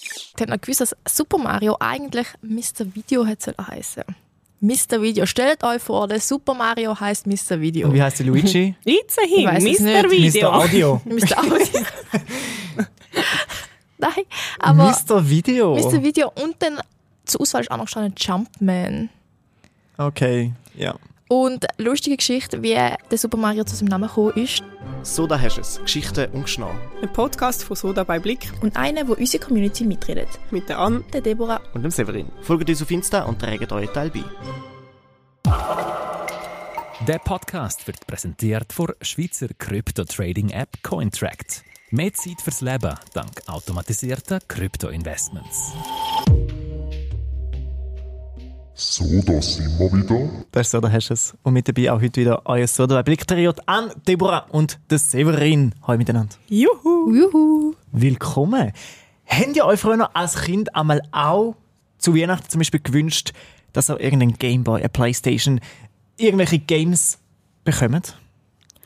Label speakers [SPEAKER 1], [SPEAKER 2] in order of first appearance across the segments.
[SPEAKER 1] Ich hätte noch gewusst, dass Super Mario eigentlich Mr. Video hätte heißen Mr. Video. Stellt euch vor, der Super Mario heißt Mr. Video.
[SPEAKER 2] Und wie heißt der Luigi?
[SPEAKER 3] Jetzt
[SPEAKER 1] Ich
[SPEAKER 3] hin,
[SPEAKER 1] weiss es
[SPEAKER 3] Mr.
[SPEAKER 1] nicht.
[SPEAKER 2] Mr.
[SPEAKER 3] Video.
[SPEAKER 2] Audio.
[SPEAKER 1] Mr. Audio. Nein, aber Mr.
[SPEAKER 2] Mr. Video.
[SPEAKER 1] Video und dann zur Auswahl ist auch noch gestanden Jumpman.
[SPEAKER 2] Okay, ja.
[SPEAKER 1] Und lustige Geschichte, wie der Super Mario zu seinem Namen gekommen ist.
[SPEAKER 4] So, da hast du es. Geschichten und Geschnau.
[SPEAKER 3] Ein Podcast von Soda bei Blick
[SPEAKER 5] und einer, wo unsere Community mitredet.
[SPEAKER 3] mit der Anne.
[SPEAKER 5] Der Deborah
[SPEAKER 4] Und dem Severin. Folgt uns auf Insta und trägt euren Teil bei.
[SPEAKER 6] Der Podcast wird präsentiert von Schweizer Krypto-Trading-App Cointract. Mehr Zeit fürs Leben dank automatisierter Krypto-Investments.
[SPEAKER 7] So, da sind wir wieder.
[SPEAKER 2] Das ist so, da hast du es. Und mit dabei auch heute wieder euer Soda Blick Triot an Deborah und der Severin. Hallo miteinander.
[SPEAKER 3] Juhu!
[SPEAKER 1] Juhu.
[SPEAKER 2] Willkommen. Habt ihr euch früher als Kind einmal auch zu Weihnachten zum Beispiel gewünscht, dass ihr irgendein Gameboy, eine Playstation, irgendwelche Games bekommt?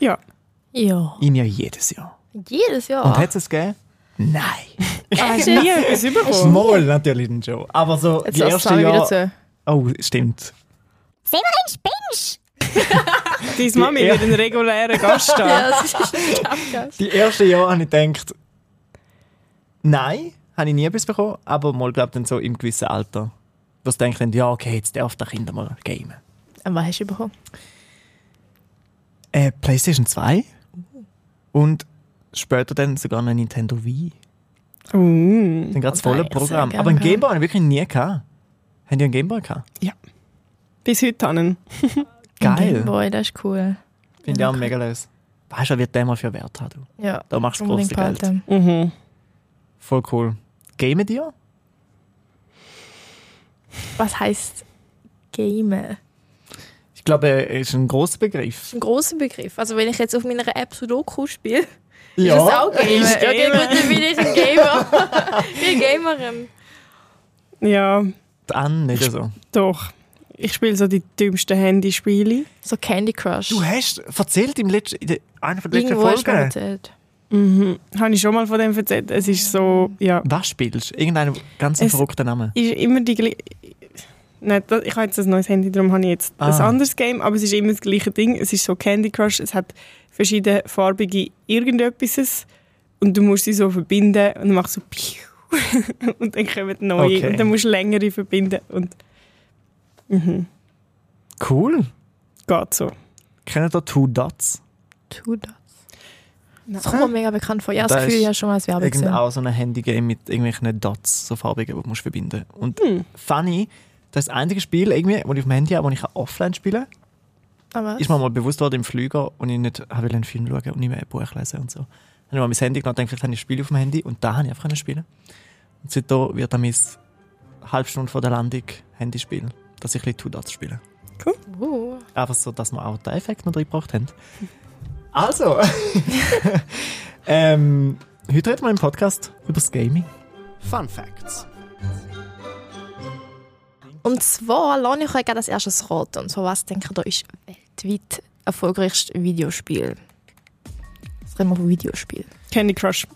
[SPEAKER 3] Ja.
[SPEAKER 1] Ja.
[SPEAKER 2] Ich mir jedes Jahr.
[SPEAKER 1] Jedes Jahr. Ah,
[SPEAKER 2] Und
[SPEAKER 4] Ah.
[SPEAKER 2] hat es gegeben? Nein.
[SPEAKER 3] Hast du nie etwas bekommen?
[SPEAKER 2] Small natürlich nicht schon. Aber so
[SPEAKER 1] Jetzt
[SPEAKER 2] die
[SPEAKER 1] lass
[SPEAKER 2] ersten
[SPEAKER 1] Sally wieder
[SPEAKER 2] Jahre...
[SPEAKER 1] zu.
[SPEAKER 2] Oh, stimmt.
[SPEAKER 3] Deine Mami
[SPEAKER 2] Ja.
[SPEAKER 3] wird einen regulären Gast haben.
[SPEAKER 1] Ja, das ist Jumpcast.
[SPEAKER 2] Die ersten Jahre habe ich gedacht, nein, habe ich nie etwas bekommen, aber mal glaube dann so im gewissen Alter. Was denkt dann, ja, okay, jetzt darf der Kinder mal gamen.
[SPEAKER 1] Und was hast du bekommen?
[SPEAKER 2] Äh, PlayStation 2 und später dann sogar eine Nintendo Wii.
[SPEAKER 3] Uh.
[SPEAKER 2] Dann gerade das
[SPEAKER 1] Oh,
[SPEAKER 2] volle
[SPEAKER 1] nein, sehr
[SPEAKER 2] Programm.
[SPEAKER 1] gerne
[SPEAKER 2] Aber einen
[SPEAKER 1] gehabt.
[SPEAKER 2] Gameboy habe ich wirklich nie gehabt. Haben die einen Gameboy gehabt?
[SPEAKER 3] Bis heute Annen.
[SPEAKER 2] Geil.
[SPEAKER 1] Boy, das ist cool.
[SPEAKER 2] Finde ich auch mega los. Weißt du, wird der mal für Wert haben, du.
[SPEAKER 1] Ja.
[SPEAKER 2] Da machst du große
[SPEAKER 1] Unbedingt
[SPEAKER 2] Geld.
[SPEAKER 1] behalten.
[SPEAKER 3] Mhm.
[SPEAKER 2] Voll cool. Gamen dir?
[SPEAKER 1] Was heißt Gamen?
[SPEAKER 2] Ich glaube, äh, ist ein großer Begriff.
[SPEAKER 1] ein großer Begriff. Also wenn ich jetzt auf meiner App Sudoku spiele,
[SPEAKER 2] Ja.
[SPEAKER 1] ist das auch Gamer.
[SPEAKER 3] Ist
[SPEAKER 1] Okay,
[SPEAKER 3] Gamer.
[SPEAKER 1] gut, dann bin ich ein Gamer. ich bin ähm. Gamerin.
[SPEAKER 3] Ja,
[SPEAKER 2] An, nicht so.
[SPEAKER 3] doch. Ich spiele so die dümmsten Handyspiele.
[SPEAKER 1] So Candy Crush.
[SPEAKER 2] Du hast erzählt im letzten, in der- einer von den letzten
[SPEAKER 1] Irgendwo hast du mir
[SPEAKER 2] Folgen.
[SPEAKER 1] erzählt.
[SPEAKER 3] Mhm. Habe ich schon mal von dem erzählt. Es ist so, ja.
[SPEAKER 2] Was spielst du? Irgendeinen ganz
[SPEAKER 3] Es-
[SPEAKER 2] verrückten Namen.
[SPEAKER 3] Ist immer die gleiche. Nein, das, ich habe jetzt ein neues Handy, darum habe ich jetzt ein
[SPEAKER 2] Ah.
[SPEAKER 3] anderes Game, aber es ist immer das gleiche Ding. Es ist so Candy Crush, es hat verschiedene farbige irgendetwas und du musst sie so verbinden und dann machst du so piu. und dann kommen neue
[SPEAKER 2] Okay.
[SPEAKER 3] und dann musst du längere verbinden und mhm.
[SPEAKER 2] Cool.
[SPEAKER 3] geht so.
[SPEAKER 2] Kennen da Two Dots?
[SPEAKER 1] Tu das. Das kommt mir mega bekannt vor. Ja, das,
[SPEAKER 2] Das
[SPEAKER 1] Gefühl,
[SPEAKER 2] ist
[SPEAKER 1] ich habe schon mal als Werbung
[SPEAKER 2] Irgend
[SPEAKER 1] gesehen.
[SPEAKER 2] auch so ein Handygame mit irgendwelchen Dots, so farbigen, die du musst verbinden Und
[SPEAKER 1] Hm.
[SPEAKER 2] funny, das ist das einzige Spiel, irgendwie, das ich auf dem Handy habe, das ich auch offline spiele,
[SPEAKER 1] Aber
[SPEAKER 2] ist mir mal bewusst worden im Flüger und ich nicht habe einen Film schauen und nicht mehr ein Buch lesen und so. Dann habe ich mal mein Handy genommen und gedacht, vielleicht habe ich ein Spiel auf dem Handy und da habe ich einfach können spielen. Und seitdem wird dann mein halbe Stunde vor der Landung Handy spielen, dass ich ein bisschen Two Dots spiele.
[SPEAKER 1] uh,
[SPEAKER 2] Einfach so, dass wir auch den Effekt noch reingebracht haben. Also, ähm, heute reden wir im Podcast über das Gaming.
[SPEAKER 4] Fun Facts.
[SPEAKER 1] und zwar lasse ich euch gerne als erstes raten. Und zwar, was denke ich, ist weltweit erfolgreichstes Videospiel? Jetzt reden wir von Videospiel.
[SPEAKER 3] Candy Crush.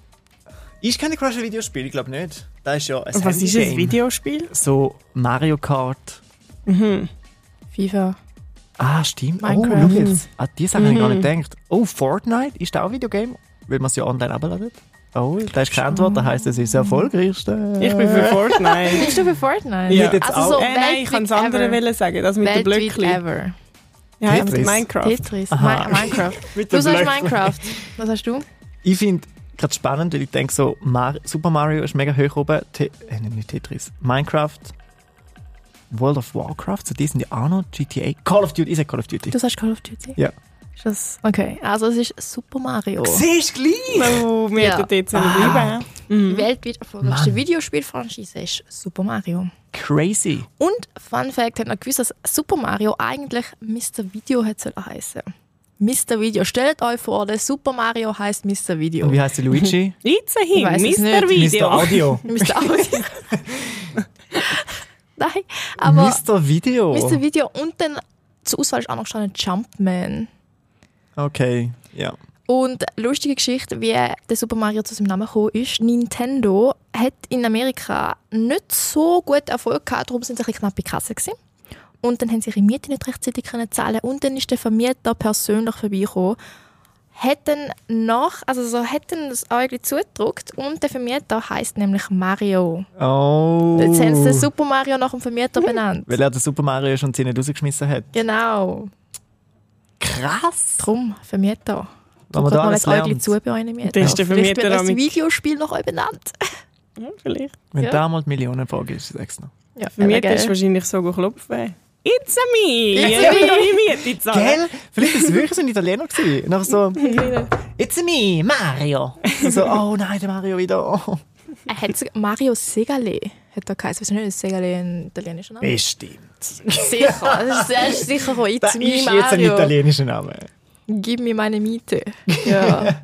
[SPEAKER 2] Ich kenne Crush ein Videospiel, ich glaube nicht. Das ist ja ein
[SPEAKER 3] Und was ist
[SPEAKER 2] Handygame.
[SPEAKER 3] ein Videospiel?
[SPEAKER 2] So Mario Kart.
[SPEAKER 3] Mhm.
[SPEAKER 1] FIFA.
[SPEAKER 2] Ah, stimmt.
[SPEAKER 1] Minecraft.
[SPEAKER 2] Oh, schau jetzt. An die Sachen habe ich gar
[SPEAKER 3] Mhm.
[SPEAKER 2] nicht gedacht. Oh, Fortnite ist das auch ein Videogame, weil man es ja online abladet. Oh, da ist keine Antwort, das heisst, es ist das erfolgreichste.
[SPEAKER 3] Ich bin für Fortnite.
[SPEAKER 1] Bist du für Fortnite?
[SPEAKER 3] Ja. Nicht
[SPEAKER 2] jetzt
[SPEAKER 1] Äh. also so
[SPEAKER 3] äh, nein, ich kann das andere
[SPEAKER 1] weltweit
[SPEAKER 3] wollen sagen, das mit
[SPEAKER 1] ever.
[SPEAKER 3] den
[SPEAKER 1] Weltweit
[SPEAKER 3] Blöckchen.
[SPEAKER 1] ever.
[SPEAKER 3] Ja, mit
[SPEAKER 2] Tetris.
[SPEAKER 3] Minecraft.
[SPEAKER 1] Tetris,
[SPEAKER 2] Aha.
[SPEAKER 1] Mi- Minecraft.
[SPEAKER 2] Mit
[SPEAKER 1] Du
[SPEAKER 2] den
[SPEAKER 1] sagst
[SPEAKER 2] Blöcken.
[SPEAKER 1] Minecraft. Was hast du?
[SPEAKER 2] Ich finde gerade spannend, weil ich denke so, Mar Super Mario ist mega hoch oben, Te äh, nicht nicht Tetris, Minecraft, World of Warcraft, so die sind ja auch noch, GTA, Call of Duty, ich sag Call of Duty.
[SPEAKER 1] Du sagst Call of Duty.
[SPEAKER 2] Ja.
[SPEAKER 1] Ist das okay, also es ist Super Mario.
[SPEAKER 2] siehst gleich!
[SPEAKER 3] Oh, wir
[SPEAKER 1] Ja. Ah.
[SPEAKER 3] hätten jetzt nicht bleiben.
[SPEAKER 1] Die weltweit erfolgreichste
[SPEAKER 2] Mann.
[SPEAKER 1] Videospielfranchise ist Super Mario.
[SPEAKER 2] Crazy.
[SPEAKER 1] Und Fun Fact hat noch gewusst, dass Super Mario eigentlich Mr. Video hätte heißen. Mr. Video. Stellt euch vor, der Super Mario heißt Mr. Video.
[SPEAKER 2] Und wie heißt der Luigi?
[SPEAKER 3] Jetzt
[SPEAKER 1] Ich
[SPEAKER 3] hin,
[SPEAKER 1] weiss es
[SPEAKER 3] Mr.
[SPEAKER 1] nicht.
[SPEAKER 2] Mr.
[SPEAKER 3] Video.
[SPEAKER 2] Audio.
[SPEAKER 1] Mr. Audio. Nein, aber Mr.
[SPEAKER 2] Mr. Video.
[SPEAKER 1] Video und dann zur Auswahl ist auch noch gestanden Jumpman.
[SPEAKER 2] Okay, ja.
[SPEAKER 1] Und lustige Geschichte, wie der Super Mario zu seinem Namen gekommen ist. Nintendo hat in Amerika nicht so gut Erfolg gehabt, darum sind sie ein bisschen knapp in Kasse gewesen. Und dann haben sie ihre Miete nicht rechtzeitig können zahlen und dann ist der Vermieter persönlich vorbeigekommen, hat dann noch, also so, hat dann das Auge zugedrückt und der Vermieter heißt nämlich Mario.
[SPEAKER 2] Oh. Hm.
[SPEAKER 1] Jetzt haben sie den Super Mario nach dem Vermieter benannt.
[SPEAKER 2] Weil er den Super Mario schon sie nicht rausgeschmissen hat.
[SPEAKER 1] Genau.
[SPEAKER 2] Krass.
[SPEAKER 1] Drum, Vermieter.
[SPEAKER 2] Wenn man
[SPEAKER 1] Guckt
[SPEAKER 2] da
[SPEAKER 1] mal
[SPEAKER 2] alles
[SPEAKER 1] ein Auge
[SPEAKER 2] lernt.
[SPEAKER 1] zu bei einem Mieter.
[SPEAKER 3] Das ist der
[SPEAKER 1] Vielleicht wird
[SPEAKER 3] Vermieter
[SPEAKER 1] das
[SPEAKER 3] damit-
[SPEAKER 1] Videospiel nach euch benannt.
[SPEAKER 3] Ja, vielleicht.
[SPEAKER 2] Wenn
[SPEAKER 1] Ja.
[SPEAKER 2] da mal die Millionen Frage ist, sag's noch.
[SPEAKER 1] Ja,
[SPEAKER 3] Für mich
[SPEAKER 1] eben,
[SPEAKER 3] ist
[SPEAKER 1] gell?
[SPEAKER 3] wahrscheinlich so geklopft. It's a me!
[SPEAKER 1] It's a
[SPEAKER 3] Ich will
[SPEAKER 1] me.
[SPEAKER 3] eure Miete zahlen.
[SPEAKER 2] Gell? Vielleicht ist es wirklich so ein Italiener gewesen. Nach so, it's me, Mario. Und so, oh nein, der Mario wieder. Oh.
[SPEAKER 1] Er hat sogar- Mario Segale hat er geheißen. Weißt du nicht, ist Segale ein italienischer Name?
[SPEAKER 2] Bestimmt.
[SPEAKER 1] Sicher. Das ist sehr sicher gekommen.
[SPEAKER 2] Das
[SPEAKER 1] It's
[SPEAKER 2] ist
[SPEAKER 1] me,
[SPEAKER 2] jetzt ein
[SPEAKER 1] Mario.
[SPEAKER 2] italienischer Name.
[SPEAKER 1] Gib mir meine Miete. Ja.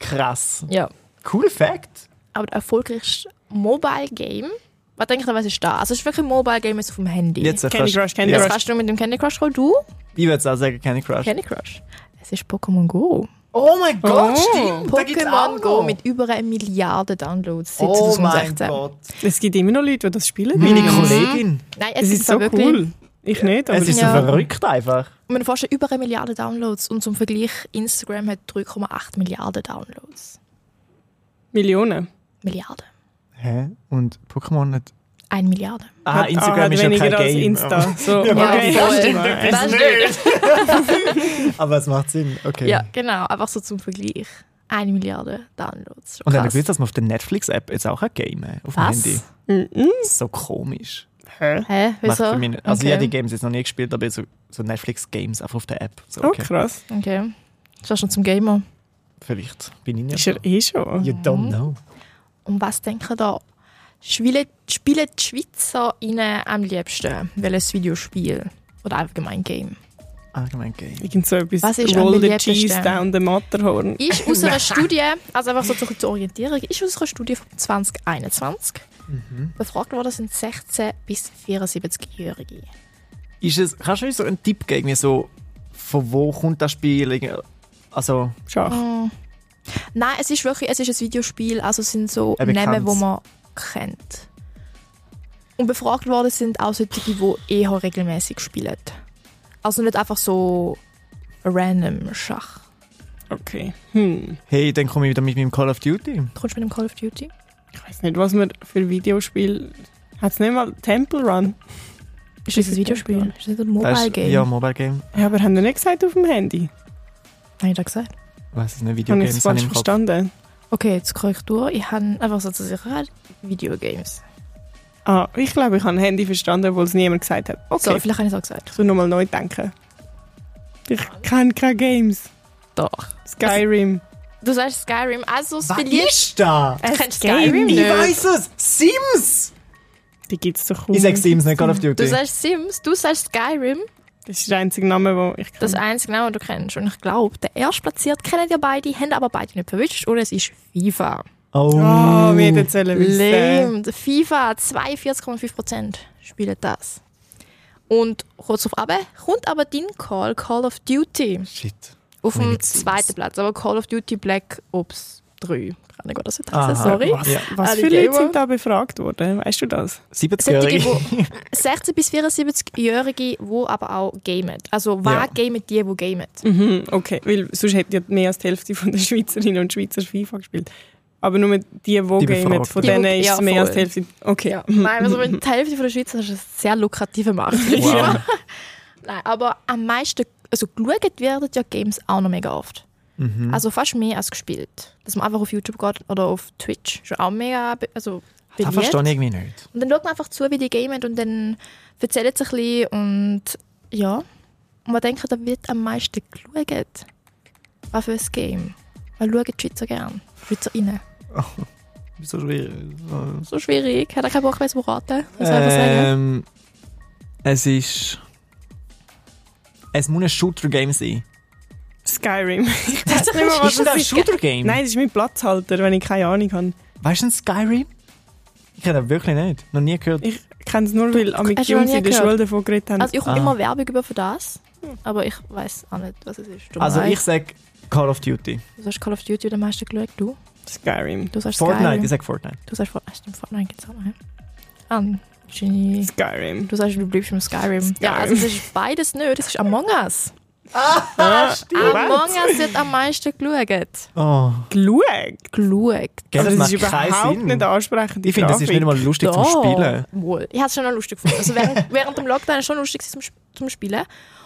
[SPEAKER 2] Krass.
[SPEAKER 1] ja.
[SPEAKER 2] Cool Fact.
[SPEAKER 1] Aber das erfolgreichste Mobile Game. Was denkt ihr, was ist da? Also, es ist wirklich ein Mobile Game jetzt auf dem Handy.
[SPEAKER 2] Jetzt
[SPEAKER 3] Candy
[SPEAKER 2] erfährst-
[SPEAKER 3] Crush, Candy
[SPEAKER 2] Ja.
[SPEAKER 1] Was
[SPEAKER 3] Crush.
[SPEAKER 1] kannst du mit dem Candy Crush holen? Du?
[SPEAKER 2] Ich würde auch sagen, Candy Crush.
[SPEAKER 1] Candy Crush. Es ist Pokémon Go.
[SPEAKER 2] Oh mein Gott,
[SPEAKER 3] Oh.
[SPEAKER 2] stimmt. Da gibt's auch
[SPEAKER 1] Pokémon Go
[SPEAKER 2] noch.
[SPEAKER 1] mit über einer Milliarde Downloads seit
[SPEAKER 2] Oh mein
[SPEAKER 1] 2016.
[SPEAKER 2] Gott.
[SPEAKER 3] Es gibt immer noch Leute, die das spielen.
[SPEAKER 2] Meine Kollegin.
[SPEAKER 1] Nein, es
[SPEAKER 3] Es ist so
[SPEAKER 1] wirklich,
[SPEAKER 3] cool. Ich nicht, aber
[SPEAKER 2] Es ist so
[SPEAKER 1] Ja.
[SPEAKER 2] verrückt einfach.
[SPEAKER 1] Man forscht über eine Milliarde Downloads und zum Vergleich, Instagram hat 3,8 Milliarden Downloads.
[SPEAKER 3] Millionen.
[SPEAKER 1] Milliarden.
[SPEAKER 2] Hä? Und Pokémon hat.
[SPEAKER 1] Eine Milliarde.
[SPEAKER 2] Ah,
[SPEAKER 3] Hat-
[SPEAKER 2] Instagram
[SPEAKER 3] hat
[SPEAKER 2] ist ja
[SPEAKER 3] weniger
[SPEAKER 2] kein
[SPEAKER 3] als
[SPEAKER 2] Game.
[SPEAKER 3] Insta. So,
[SPEAKER 1] Ja,
[SPEAKER 3] okay.
[SPEAKER 1] voll.
[SPEAKER 2] Das Also,
[SPEAKER 1] Das
[SPEAKER 2] Aber es macht Sinn. Okay.
[SPEAKER 1] Ja, genau. Einfach so zum Vergleich. Eine Milliarde Downloads. Schon
[SPEAKER 2] Und dann
[SPEAKER 1] Krass.
[SPEAKER 2] gewusst, dass man auf der Netflix-App jetzt auch ein Game hat, auf dem
[SPEAKER 1] Was?
[SPEAKER 2] Handy.
[SPEAKER 3] Mhm.
[SPEAKER 2] So komisch.
[SPEAKER 3] Hä?
[SPEAKER 1] Hä?
[SPEAKER 2] Macht
[SPEAKER 1] Wieso?
[SPEAKER 2] für mich nicht- Also ich habe die
[SPEAKER 1] okay.
[SPEAKER 2] Games jetzt noch nie gespielt, aber so, so Netflix-Games einfach auf der App. So,
[SPEAKER 3] Oh,
[SPEAKER 2] okay.
[SPEAKER 3] krass.
[SPEAKER 1] okay. Schau schon zum Gamer.
[SPEAKER 2] Vielleicht bin ich nicht.
[SPEAKER 3] Ist er eh schon.
[SPEAKER 2] You don't know.
[SPEAKER 1] Und Um was denken da? Spielen, spielen die SchweizerInnen am liebsten? Welches Videospiel? Oder allgemein Game?
[SPEAKER 2] Allgemein Game.
[SPEAKER 3] Irgend so etwas.
[SPEAKER 1] Was ist am
[SPEAKER 3] Roll the
[SPEAKER 1] beliebtesten?
[SPEAKER 3] cheese down the Matterhorn.
[SPEAKER 1] Ist aus einer Studie, also einfach so zur- zur Orientierung, ist aus einer Studie von 2021
[SPEAKER 2] Mhm.
[SPEAKER 1] befragt worden, sind 16- bis 74-Jährige.
[SPEAKER 2] Ist es, kannst du uns so einen Tipp geben, irgendwie so, von wo kommt das Spiel? Irgendwie- Also,
[SPEAKER 3] Schach.
[SPEAKER 1] Hm. Nein, es ist wirklich es ist ein Videospiel, also es sind so
[SPEAKER 2] Ein
[SPEAKER 1] Namen,
[SPEAKER 2] bekanntes.
[SPEAKER 1] die man kennt. Und befragt worden sind auch solche, die eher regelmäßig spielen. Also nicht einfach so random Schach.
[SPEAKER 3] Okay. Hm.
[SPEAKER 2] hey, dann komme ich wieder mit meinem Call of Duty.
[SPEAKER 1] Kommst du mit dem Call of Duty?
[SPEAKER 3] Ich weiß nicht, was man für Videospiel. Hat es nicht mal Temple Run?
[SPEAKER 1] Ist das ein Videospiel? Ist das ein Mobile
[SPEAKER 2] Das ist-
[SPEAKER 1] Game?
[SPEAKER 2] Ja, Mobile Game.
[SPEAKER 3] Ja, aber haben wir nicht gesagt auf dem Handy?
[SPEAKER 1] Habe ich da gesagt?
[SPEAKER 2] Was ist ein
[SPEAKER 3] Habe ich
[SPEAKER 2] Videogame?
[SPEAKER 3] es falsch verstanden?
[SPEAKER 1] Okay, jetzt Korrektur. Ich habe einfach so zur Sicherheit Videogames.
[SPEAKER 3] Ah, ich glaube, ich habe Handy verstanden, obwohl es niemand gesagt hat. Okay,
[SPEAKER 1] So,
[SPEAKER 3] ich
[SPEAKER 1] vielleicht habe ich es auch gesagt.
[SPEAKER 3] muss nochmal neu denken. Ich kann keine Games.
[SPEAKER 1] Doch.
[SPEAKER 3] Skyrim.
[SPEAKER 1] Du sagst Skyrim, also das
[SPEAKER 2] Was
[SPEAKER 1] beliebte...
[SPEAKER 2] ist da?
[SPEAKER 1] Du kennst
[SPEAKER 3] Game?
[SPEAKER 1] Skyrim
[SPEAKER 2] Ich
[SPEAKER 1] nicht.
[SPEAKER 2] weiß es! Sims!
[SPEAKER 3] Die gibt es doch kaum.
[SPEAKER 2] Ich sag Sims, nicht Call of
[SPEAKER 1] Du
[SPEAKER 2] Duty.
[SPEAKER 1] sagst Sims, du sagst Skyrim.
[SPEAKER 3] Das ist der einzige Name, den ich
[SPEAKER 1] Das
[SPEAKER 3] kann.
[SPEAKER 2] Hm.
[SPEAKER 1] ist einzige Name, den du kennst. Und ich glaube, der erstplatziert kennen ja beide, haben aber beide nicht verwischt. Oder es ist FIFA.
[SPEAKER 2] Oh.
[SPEAKER 3] Oh, wir hätten sollen wissen.
[SPEAKER 1] Lame. FIFA 42,5% spielen das. Und kurz auf Abe kommt aber dein Call, Call of Duty.
[SPEAKER 2] Shit.
[SPEAKER 1] Auf dem
[SPEAKER 2] Mit Sims.
[SPEAKER 1] zweiten Platz. Aber Call of Duty Black Ops 3. Kann ich gar nicht
[SPEAKER 2] Aha.
[SPEAKER 1] sagen, sorry.
[SPEAKER 2] Was? Ja.
[SPEAKER 3] Was
[SPEAKER 1] Alle
[SPEAKER 3] für Leute
[SPEAKER 1] Gamer.
[SPEAKER 3] sind da befragt worden? Weißt du das?
[SPEAKER 2] 70-Jährige.
[SPEAKER 1] Solche, 16 bis 74-Jährige, die aber auch gamen. Also, wer
[SPEAKER 2] Ja.
[SPEAKER 1] gamen die, die gamen?
[SPEAKER 3] Mhm, okay, weil sonst hätten ja mehr als die Hälfte von der Schweizerinnen und Schweizer FIFA gespielt. Aber nur die, die, die gamen,
[SPEAKER 2] Befragten.
[SPEAKER 3] von
[SPEAKER 1] Die,
[SPEAKER 3] denen
[SPEAKER 1] die-
[SPEAKER 3] ist
[SPEAKER 1] ja,
[SPEAKER 3] mehr als die
[SPEAKER 1] voll.
[SPEAKER 3] Hälfte. Okay. hm.
[SPEAKER 1] Ja. Nein, also wenn du die Hälfte von der Schweiz hast, ist es ein sehr lukrativer Markt.
[SPEAKER 2] Wow.
[SPEAKER 1] Nein, aber am meisten, also geschaut werden ja Games auch noch mega oft.
[SPEAKER 2] Mhm. Ah,
[SPEAKER 1] Also fast mehr als gespielt. Dass man einfach auf YouTube geht oder auf Twitch. Schon auch mega, be- also
[SPEAKER 2] Das
[SPEAKER 1] beliebt.
[SPEAKER 2] verstehe ich irgendwie nicht.
[SPEAKER 1] Und dann schaut man einfach zu, wie die gamen und dann erzählen sie ein bisschen und ja. Und man denkt, da wird am meisten geschaut. Was für ein Game. Was schauen die Schweizer gerne? Schweizerinnen.
[SPEAKER 2] So schwierig.
[SPEAKER 1] So schwierig. Hat er keinen Bock mehr zu raten? Muss ich einfach sagen.
[SPEAKER 2] Ähm, es ist. Es muss ein Shooter-Game sein.
[SPEAKER 3] Skyrim. Ich
[SPEAKER 1] Oh, Das
[SPEAKER 3] weiß nicht mehr, was
[SPEAKER 2] Ist denn das
[SPEAKER 3] das
[SPEAKER 2] ein
[SPEAKER 3] ist.
[SPEAKER 2] Shooter-Game?
[SPEAKER 3] Nein, das ist mein Platzhalter, wenn ich keine Ahnung habe.
[SPEAKER 2] Weißt du, ein Skyrim? Ich habe das wirklich nicht. Noch nie gehört.
[SPEAKER 3] Ich kenne es nur, weil am
[SPEAKER 1] hast du noch
[SPEAKER 3] Jungs
[SPEAKER 1] nie
[SPEAKER 3] in der
[SPEAKER 1] gehört?
[SPEAKER 3] Schule davon geredet haben.
[SPEAKER 1] Also ich komme
[SPEAKER 2] Ah.
[SPEAKER 1] immer Werbung über für das, aber ich weiß auch nicht, was es ist. Tut mir
[SPEAKER 2] Also,
[SPEAKER 1] leid.
[SPEAKER 2] ich sage Call of Duty.
[SPEAKER 1] Du hast Call of Duty am meisten geschaut, du?
[SPEAKER 3] Skyrim.
[SPEAKER 1] Du sagst
[SPEAKER 2] Fortnite,
[SPEAKER 1] Skyrim.
[SPEAKER 2] ich sag Fortnite.
[SPEAKER 1] Du sagst Fortnite. Stimmt, Fortnite gibt's auch noch, hä? Ah, An. Genie.
[SPEAKER 3] Skyrim.
[SPEAKER 1] Du sagst, du bleibst mit Skyrim. Ja,
[SPEAKER 3] Skyrim.
[SPEAKER 1] also das ist beides nicht, das ist Among Us.
[SPEAKER 3] Ah,
[SPEAKER 1] Among Us wird am meisten geschaut.
[SPEAKER 2] Oh,
[SPEAKER 3] Geschaut.
[SPEAKER 1] Geschaut.
[SPEAKER 2] gell,
[SPEAKER 3] Also,
[SPEAKER 2] das
[SPEAKER 3] das ist
[SPEAKER 2] macht
[SPEAKER 3] überhaupt
[SPEAKER 2] keinen Sinn.
[SPEAKER 3] nicht ansprechend.
[SPEAKER 2] Ich finde, das ist nicht einmal lustig zum
[SPEAKER 1] Doch.
[SPEAKER 2] Spielen.
[SPEAKER 1] Wohl. Ich habe es schon noch lustig gefunden. Also während, während dem Lockdown war es schon lustig gewesen zum, Sp- zum Spielen.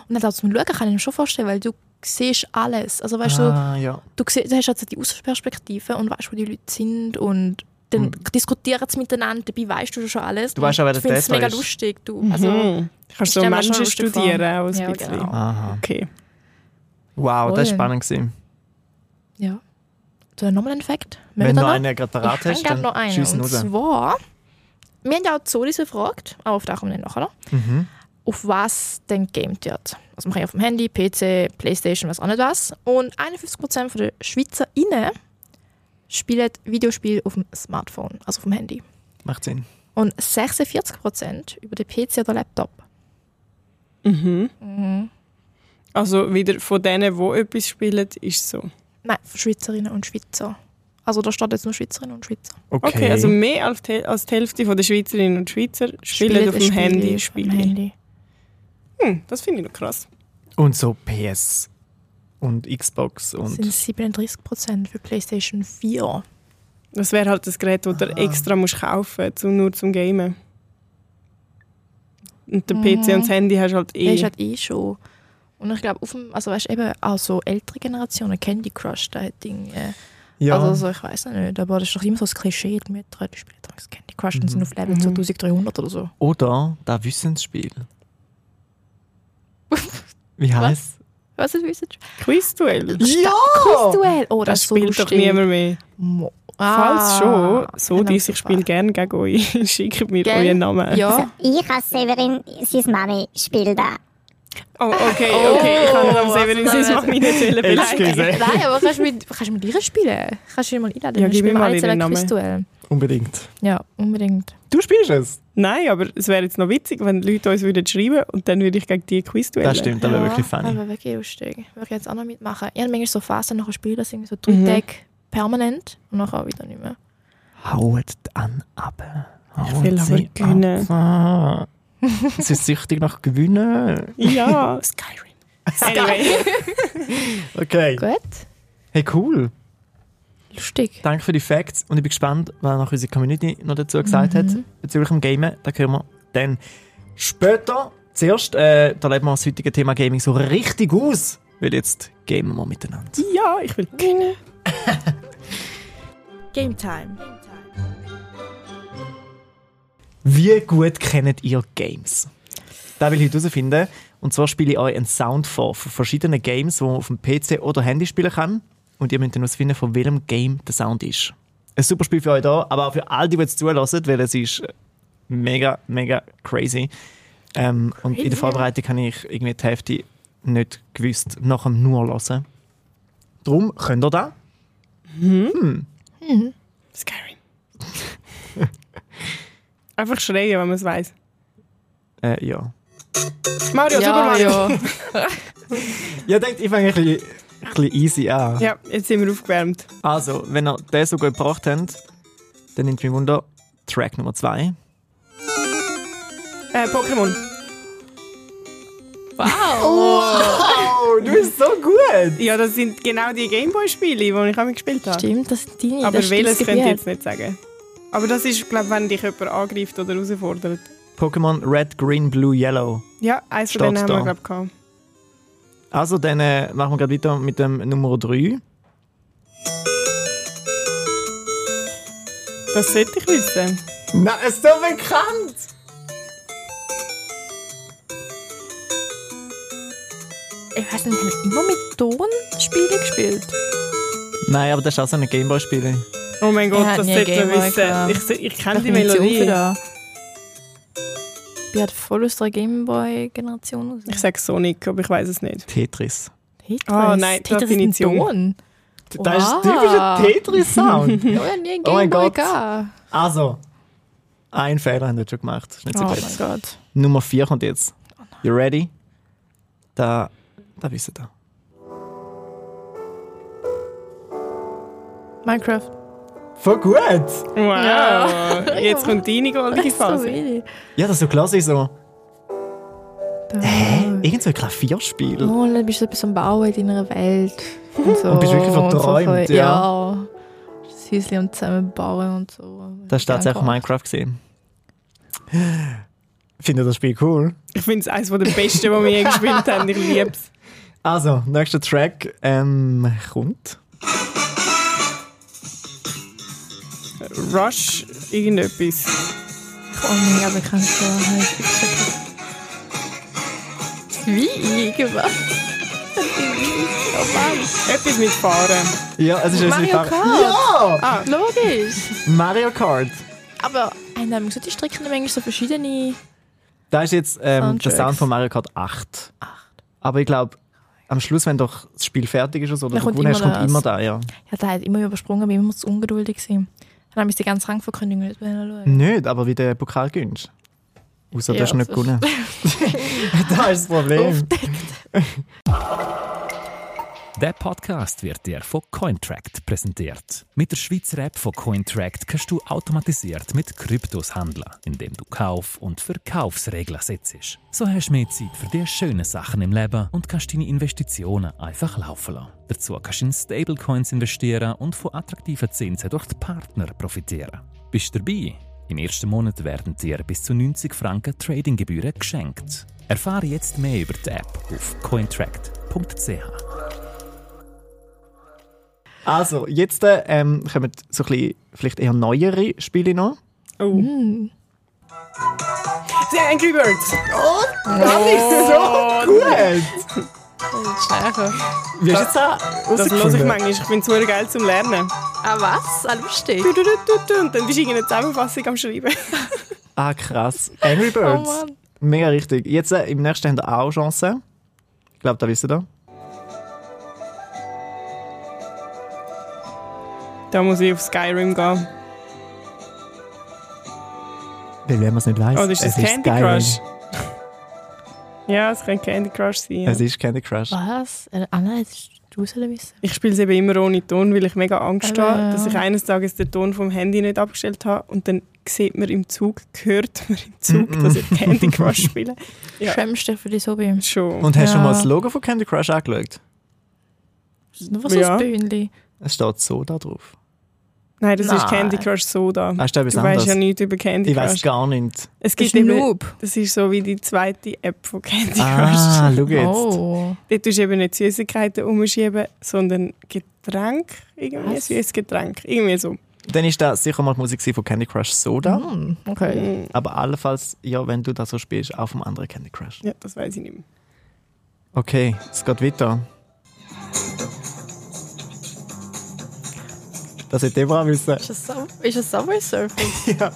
[SPEAKER 1] Und dann auch zum Schauen kann ich mir schon vorstellen, weil du siehst alles. Also weißt du,
[SPEAKER 2] ah, ja.
[SPEAKER 1] du, siehst, du hast also die Außenperspektive und weißt, wo die Leute sind und dann diskutieren sie miteinander, dabei weißt du schon alles.
[SPEAKER 2] Hm. Du weißt auch, wer
[SPEAKER 1] Ich
[SPEAKER 2] der
[SPEAKER 1] find's
[SPEAKER 2] Täter
[SPEAKER 1] mega
[SPEAKER 2] ist. Mhm.
[SPEAKER 1] lustig. Du,
[SPEAKER 3] Also,
[SPEAKER 1] also,
[SPEAKER 3] kannst
[SPEAKER 1] stell
[SPEAKER 3] du
[SPEAKER 1] mir schon
[SPEAKER 3] Menschen
[SPEAKER 1] lustig
[SPEAKER 3] studieren,
[SPEAKER 1] vor.
[SPEAKER 3] auch ein
[SPEAKER 1] Ja,
[SPEAKER 3] bisschen.
[SPEAKER 1] genau.
[SPEAKER 2] Aha.
[SPEAKER 3] Okay.
[SPEAKER 2] Wow, das war
[SPEAKER 1] Voll.
[SPEAKER 2] spannend. Gewesen.
[SPEAKER 1] ja. So, nochmal ein Fact. Mögen
[SPEAKER 2] Wenn
[SPEAKER 1] wir
[SPEAKER 2] du
[SPEAKER 1] noch?
[SPEAKER 2] einen gerade parat
[SPEAKER 1] Ich
[SPEAKER 2] hast,
[SPEAKER 1] habe
[SPEAKER 2] dann
[SPEAKER 1] noch einen.
[SPEAKER 2] schiessen
[SPEAKER 1] Und
[SPEAKER 2] raus.
[SPEAKER 1] zwar, wir haben ja auch die Solis befragt, aber auf da kommen wir nachher noch.
[SPEAKER 2] Mhm,
[SPEAKER 1] Auf was denn gegamed wird. Also man kann ja auf dem Handy, PC, Playstation, was auch nicht was. Und 51% der SchweizerInnen spielen Videospiele auf dem Smartphone, also auf dem Handy.
[SPEAKER 2] Macht Sinn.
[SPEAKER 1] Und 46% über den PC oder Laptop.
[SPEAKER 3] Mhm. Also wieder von denen, die etwas spielen, ist es so.
[SPEAKER 1] Nein, von Schweizerinnen und Schweizer. Also da steht jetzt nur Schweizerinnen und Schweizer.
[SPEAKER 2] Okay.
[SPEAKER 3] Okay, also mehr als die, als die Hälfte der Schweizerinnen und Schweizer spielen, auf dem
[SPEAKER 1] Spiele
[SPEAKER 3] Handy
[SPEAKER 1] auf dem
[SPEAKER 3] Spiele.
[SPEAKER 1] Handy.
[SPEAKER 3] Hm, das finde ich noch krass.
[SPEAKER 2] und so PS und Xbox
[SPEAKER 1] Sind
[SPEAKER 2] und
[SPEAKER 1] 37% für Playstation 4.
[SPEAKER 3] Das wäre halt das Gerät, das du extra musst kaufen musst, nur zum Gamen. Und der PC
[SPEAKER 1] Mhm.
[SPEAKER 3] und das Handy hast du halt
[SPEAKER 1] Ja,
[SPEAKER 3] eh.
[SPEAKER 1] ist halt eh schon. Und ich glaube, auf dem, also weißt du, eben auch so ältere Generationen, Candy Crush, da hat Ding. Äh,
[SPEAKER 2] ja,
[SPEAKER 1] Also so, ich weiß nicht, aber das ist doch immer so das Klischee, die Mütter, die spielen das Candy Crush und
[SPEAKER 3] Mhm.
[SPEAKER 1] sind auf Level 2300 oder so.
[SPEAKER 2] oder das Wissensspiel. Wie heißt?
[SPEAKER 1] Was ist das?
[SPEAKER 3] Quizduell.
[SPEAKER 1] Ja! Quizduell! Oh, das,
[SPEAKER 3] Das
[SPEAKER 1] ist so
[SPEAKER 3] spielt doch
[SPEAKER 1] lustig.
[SPEAKER 3] niemand mehr.
[SPEAKER 1] Mo-
[SPEAKER 3] Falls schon,
[SPEAKER 1] Ah.
[SPEAKER 3] so dies, ich spiele gerne gegen euch. Schickt mir
[SPEAKER 1] Gell?
[SPEAKER 3] euren Namen.
[SPEAKER 1] Ja,
[SPEAKER 8] Ich als Severin, seine Mami spielt da.
[SPEAKER 3] Oh, okay, okay, ich
[SPEAKER 1] Oh,
[SPEAKER 3] kann am Severin sein, macht mich nicht wollen beleidigen.
[SPEAKER 2] Excuse.
[SPEAKER 1] nein, aber kannst du mit, kannst du mit ihr spielen? Kannst du ihn mal einladen?
[SPEAKER 3] Ja,
[SPEAKER 1] Wir
[SPEAKER 3] gib mir
[SPEAKER 1] spielen
[SPEAKER 3] mal
[SPEAKER 1] alle zusammen
[SPEAKER 3] ihren Namen.
[SPEAKER 1] Quizduell.
[SPEAKER 2] Unbedingt.
[SPEAKER 1] Ja, unbedingt.
[SPEAKER 2] Du spielst es.
[SPEAKER 3] Nein, aber es wäre jetzt noch witzig, wenn die Leute uns würden schreiben und dann würde ich gegen die Quiz duellen.
[SPEAKER 2] Das stimmt, das wäre wirklich funny.
[SPEAKER 1] Aber wirklich lustig. Würde ich jetzt auch noch mitmachen. Ich habe manchmal so Phasen nachher spielen, das sind so
[SPEAKER 3] Mhm.
[SPEAKER 1] drei Tage permanent und nachher auch wieder nicht mehr. also-
[SPEAKER 2] Hauet an ab.
[SPEAKER 3] Ich will aber gewinnen.
[SPEAKER 2] Ah. Sie ist süchtig nach Gewinnen.
[SPEAKER 3] Ja. Skyrim. Anyway.
[SPEAKER 2] Okay.
[SPEAKER 1] Gut,
[SPEAKER 2] Hey, cool.
[SPEAKER 1] lustig.
[SPEAKER 2] Danke für die Facts und ich bin gespannt, was noch unsere Community noch dazu gesagt hat bezüglich dem Gamen. Da hören wir dann später. Zuerst, äh, da leben wir das heutige Thema Gaming so richtig aus, weil jetzt gamen wir miteinander.
[SPEAKER 3] Ja, ich will
[SPEAKER 1] Genau.
[SPEAKER 3] gewinnen.
[SPEAKER 5] Game Time.
[SPEAKER 2] Wie gut kennt ihr Games? Das will ich heute herausfinden. Und zwar spiele ich euch einen Sound vor von verschiedenen Games, die man auf dem PC oder Handy spielen kann. Und ihr müsst dann herausfinden, von welchem Game der Sound ist. Ein super Spiel für euch da, aber auch für all die, die es zulassen, weil es ist mega, mega crazy. Ähm, Und in der Vorbereitung habe ich irgendwie die Hälfte nicht gewusst, nach dem nur hören. Darum könnt ihr das.
[SPEAKER 3] Skyrim. Einfach schreien, wenn man es weiß.
[SPEAKER 2] Äh, ja.
[SPEAKER 3] Mario, Super
[SPEAKER 1] Ja,
[SPEAKER 3] Mario.
[SPEAKER 1] ja.
[SPEAKER 2] Ja, denkt, ich fange ein bisschen, ein bisschen easy an.
[SPEAKER 3] Ja, jetzt sind wir aufgewärmt.
[SPEAKER 2] Also, wenn ihr den so gut gebracht habt, dann nimmt mich Wunder, Track Nummer 2.
[SPEAKER 3] Äh, Pokémon.
[SPEAKER 2] Oh, du bist so gut!
[SPEAKER 3] Ja, das sind genau die Gameboy-Spiele, die ich auch gespielt habe.
[SPEAKER 1] Stimmt, das sind deine.
[SPEAKER 3] Aber
[SPEAKER 1] das ist dein
[SPEAKER 3] welches könnte ich
[SPEAKER 1] Gebiet.
[SPEAKER 3] jetzt nicht sagen. Aber das ist, glaube ich, wenn dich jemand angreift oder herausfordert.
[SPEAKER 2] Pokémon Red, Green, Blue, Yellow.
[SPEAKER 3] Ja, eins von
[SPEAKER 2] Steht
[SPEAKER 3] denen haben
[SPEAKER 2] da.
[SPEAKER 3] wir, glaube ich, gehabt.
[SPEAKER 2] Also, dann äh, machen wir gerade weiter mit dem Nummer 3.
[SPEAKER 3] Das sollte ich wissen.
[SPEAKER 2] Nein, ist so bekannt!
[SPEAKER 1] Ich weiß nicht, haben wir immer mit Tonspiele gespielt?
[SPEAKER 2] Nein, aber das ist auch so ein Gameboy-Spiel.
[SPEAKER 3] Oh mein Gott,
[SPEAKER 1] Ja,
[SPEAKER 3] das
[SPEAKER 1] nie
[SPEAKER 3] sollte ich
[SPEAKER 1] Gameboy
[SPEAKER 3] wissen.
[SPEAKER 1] gehabt.
[SPEAKER 3] Ich, se- ich kenne die
[SPEAKER 1] bin ich zu
[SPEAKER 3] Melodie.
[SPEAKER 1] da. Ich bin halt voll aus der Gameboy-Generation raus.
[SPEAKER 3] Ich sage Sonic, aber ich weiß es nicht.
[SPEAKER 2] Tetris.
[SPEAKER 1] Tetris.
[SPEAKER 3] Ah, nein,
[SPEAKER 1] Tetris ist ein
[SPEAKER 3] Definition.
[SPEAKER 1] Ton.
[SPEAKER 2] Das ist
[SPEAKER 1] Wow.
[SPEAKER 2] typischer Tetris-Sound.
[SPEAKER 1] Ich habe nie einen
[SPEAKER 2] Oh mein
[SPEAKER 1] Gameboy
[SPEAKER 2] Gott.
[SPEAKER 1] gehabt.
[SPEAKER 2] also, einen Fehler haben wir schon gemacht. Ist nicht
[SPEAKER 1] Oh
[SPEAKER 2] so
[SPEAKER 1] mein
[SPEAKER 2] gut.
[SPEAKER 1] Gott.
[SPEAKER 2] Nummer 4 kommt jetzt. You ready? Da, da wisst ihr.
[SPEAKER 1] Minecraft.
[SPEAKER 2] Voll gut!
[SPEAKER 3] Wow. Jetzt kommt deine goldige
[SPEAKER 1] So
[SPEAKER 3] Phase.
[SPEAKER 1] wenig.
[SPEAKER 2] Ja, das ist so klassisch so. Hä? Irgend so ein Klavierspiel.
[SPEAKER 1] Oh, dann bist du etwas am Bauen in deiner Welt. Und, so.
[SPEAKER 2] Und bist wirklich verträumt,
[SPEAKER 1] voll-
[SPEAKER 2] ja.
[SPEAKER 1] Ja. Das Häuschen und zusammenbauen und so.
[SPEAKER 2] Das ist tatsächlich
[SPEAKER 1] Minecraft.
[SPEAKER 2] Minecraft gesehen. Finde das Spiel cool.
[SPEAKER 3] Ich finde es eines der besten, die wir je gespielt haben. Ich liebe es.
[SPEAKER 2] Also, nächster Track ähm, kommt.
[SPEAKER 3] Rush, irgendetwas.
[SPEAKER 1] Oh mein Gott, ich kann es so heiß. Wie? Was?
[SPEAKER 3] Etwas mit Fahren.
[SPEAKER 2] Ja, es ist unsere
[SPEAKER 1] Mario
[SPEAKER 2] Fahrt-
[SPEAKER 1] Kart. Ah,
[SPEAKER 2] Ja!
[SPEAKER 1] Logisch.
[SPEAKER 2] Mario Kart.
[SPEAKER 1] Aber haben haben wir gesagt, die Strecken haben manchmal so verschiedene.
[SPEAKER 2] Da ist jetzt ähm, der
[SPEAKER 1] Soundtracks.
[SPEAKER 2] Sound von Mario Kart 8. Aber ich glaube, am Schluss, wenn doch das Spiel fertig ist oder so,
[SPEAKER 1] Dann
[SPEAKER 2] du
[SPEAKER 1] kommt
[SPEAKER 2] gewonnen hast,
[SPEAKER 1] immer
[SPEAKER 2] kommt
[SPEAKER 1] das.
[SPEAKER 2] immer da, ja.
[SPEAKER 1] Ja, da hat immer übersprungen, weil ich immer zu ungeduldig gewesen. Dann habe ich die ganze Rangverkündung nicht mehr schauen.
[SPEAKER 2] Nicht, aber wie der Pokal gewinnst. Außer du
[SPEAKER 1] Ja,
[SPEAKER 2] hast nicht
[SPEAKER 1] das
[SPEAKER 2] gewonnen. das ist das Problem.
[SPEAKER 6] Der Podcast wird dir von Cointract präsentiert. Mit der Schweizer App von Cointract kannst du automatisiert mit Kryptos handeln, indem du Kauf- und Verkaufsregeln setzt. So hast du mehr Zeit für die schönen Sachen im Leben und kannst deine Investitionen einfach laufen lassen. Dazu kannst du in Stablecoins investieren und von attraktiven Zinsen durch die Partner profitieren. Bist du dabei? Im ersten Monat werden dir bis zu 90 Franken Tradinggebühren geschenkt. Erfahre jetzt mehr über die App auf cointract.ch.
[SPEAKER 2] Also, jetzt äh, ähm, kommen so ein bisschen, vielleicht eher neuere Spiele noch.
[SPEAKER 3] Oh. Die Angry Birds. Oh,
[SPEAKER 2] Das ist so gut!
[SPEAKER 1] Ah,
[SPEAKER 2] Wie hast du jetzt da
[SPEAKER 3] Das höre ich manchmal. Ich finde es super geil zum Lernen.
[SPEAKER 1] was? Ah, lustig.
[SPEAKER 3] Du, du, du, du, du. Und dann bist du irgendeine Zusammenfassung am Schreiben.
[SPEAKER 2] Ah, krass. Angry Birds.
[SPEAKER 1] Oh Mann.
[SPEAKER 2] Mega richtig. Jetzt äh, im nächsten haben wir auch Chancen. Ich glaube, da wisst ihr.
[SPEAKER 3] Da muss ich auf Skyrim gehen.
[SPEAKER 2] Weil wenn man es nicht weiß,
[SPEAKER 3] Oder ist Oh, das
[SPEAKER 2] es ist
[SPEAKER 3] Candy
[SPEAKER 2] Skyrim.
[SPEAKER 3] Crush? Ja, es könnte Candy Crush sein. Ja.
[SPEAKER 2] Es ist Candy Crush.
[SPEAKER 1] Was? Äh, Anna, hättest du sollen wissen?
[SPEAKER 3] Ich spiele es eben immer ohne Ton, weil ich mega Angst
[SPEAKER 1] Ah, ja.
[SPEAKER 3] habe, dass ich eines Tages den Ton vom Handy nicht abgestellt habe und dann sieht man im Zug, hört man im Zug, dass ich Candy Crush spiele. Ja.
[SPEAKER 1] Schämst du dich für dein Hobby?
[SPEAKER 3] Schon.
[SPEAKER 2] Und hast du schon
[SPEAKER 1] Ja.
[SPEAKER 2] mal das Logo von Candy Crush angeschaut?
[SPEAKER 1] Das ist nur Ne, was so
[SPEAKER 3] Ja.
[SPEAKER 1] ein Bühnchen.
[SPEAKER 2] Es steht so da drauf.
[SPEAKER 3] Nein, das ist
[SPEAKER 1] Nein.
[SPEAKER 3] Candy Crush Soda.
[SPEAKER 2] Ah, ist da etwas
[SPEAKER 3] Du weißt ja
[SPEAKER 2] anderes?
[SPEAKER 3] nichts über Candy
[SPEAKER 2] Ich weiß
[SPEAKER 3] Crush.
[SPEAKER 2] gar nicht.
[SPEAKER 3] Es
[SPEAKER 1] Das
[SPEAKER 3] gibt
[SPEAKER 1] ist ein
[SPEAKER 3] eben,
[SPEAKER 1] Noob.
[SPEAKER 3] das ist so wie die zweite App von Candy Crush.
[SPEAKER 2] Ah, schau jetzt.
[SPEAKER 1] Oh.
[SPEAKER 3] Dort tust du eben nicht Süßigkeiten umschieben, sondern Getränk. Irgendwie ein
[SPEAKER 1] Was?
[SPEAKER 3] süßes Getränk. Irgendwie so.
[SPEAKER 2] Dann ist das sicher mal die Musik gewesen von Candy Crush Soda.
[SPEAKER 1] Hm, okay.
[SPEAKER 3] Mm.
[SPEAKER 2] Aber allenfalls, ja, wenn du das so spielst, auf dem anderen Candy Crush.
[SPEAKER 3] Ja, das weiß ich nicht mehr.
[SPEAKER 2] Okay, es geht weiter. Das hätte Deborah wissen.
[SPEAKER 1] Ist das, Sub- ist das Subway Surfing?
[SPEAKER 2] Das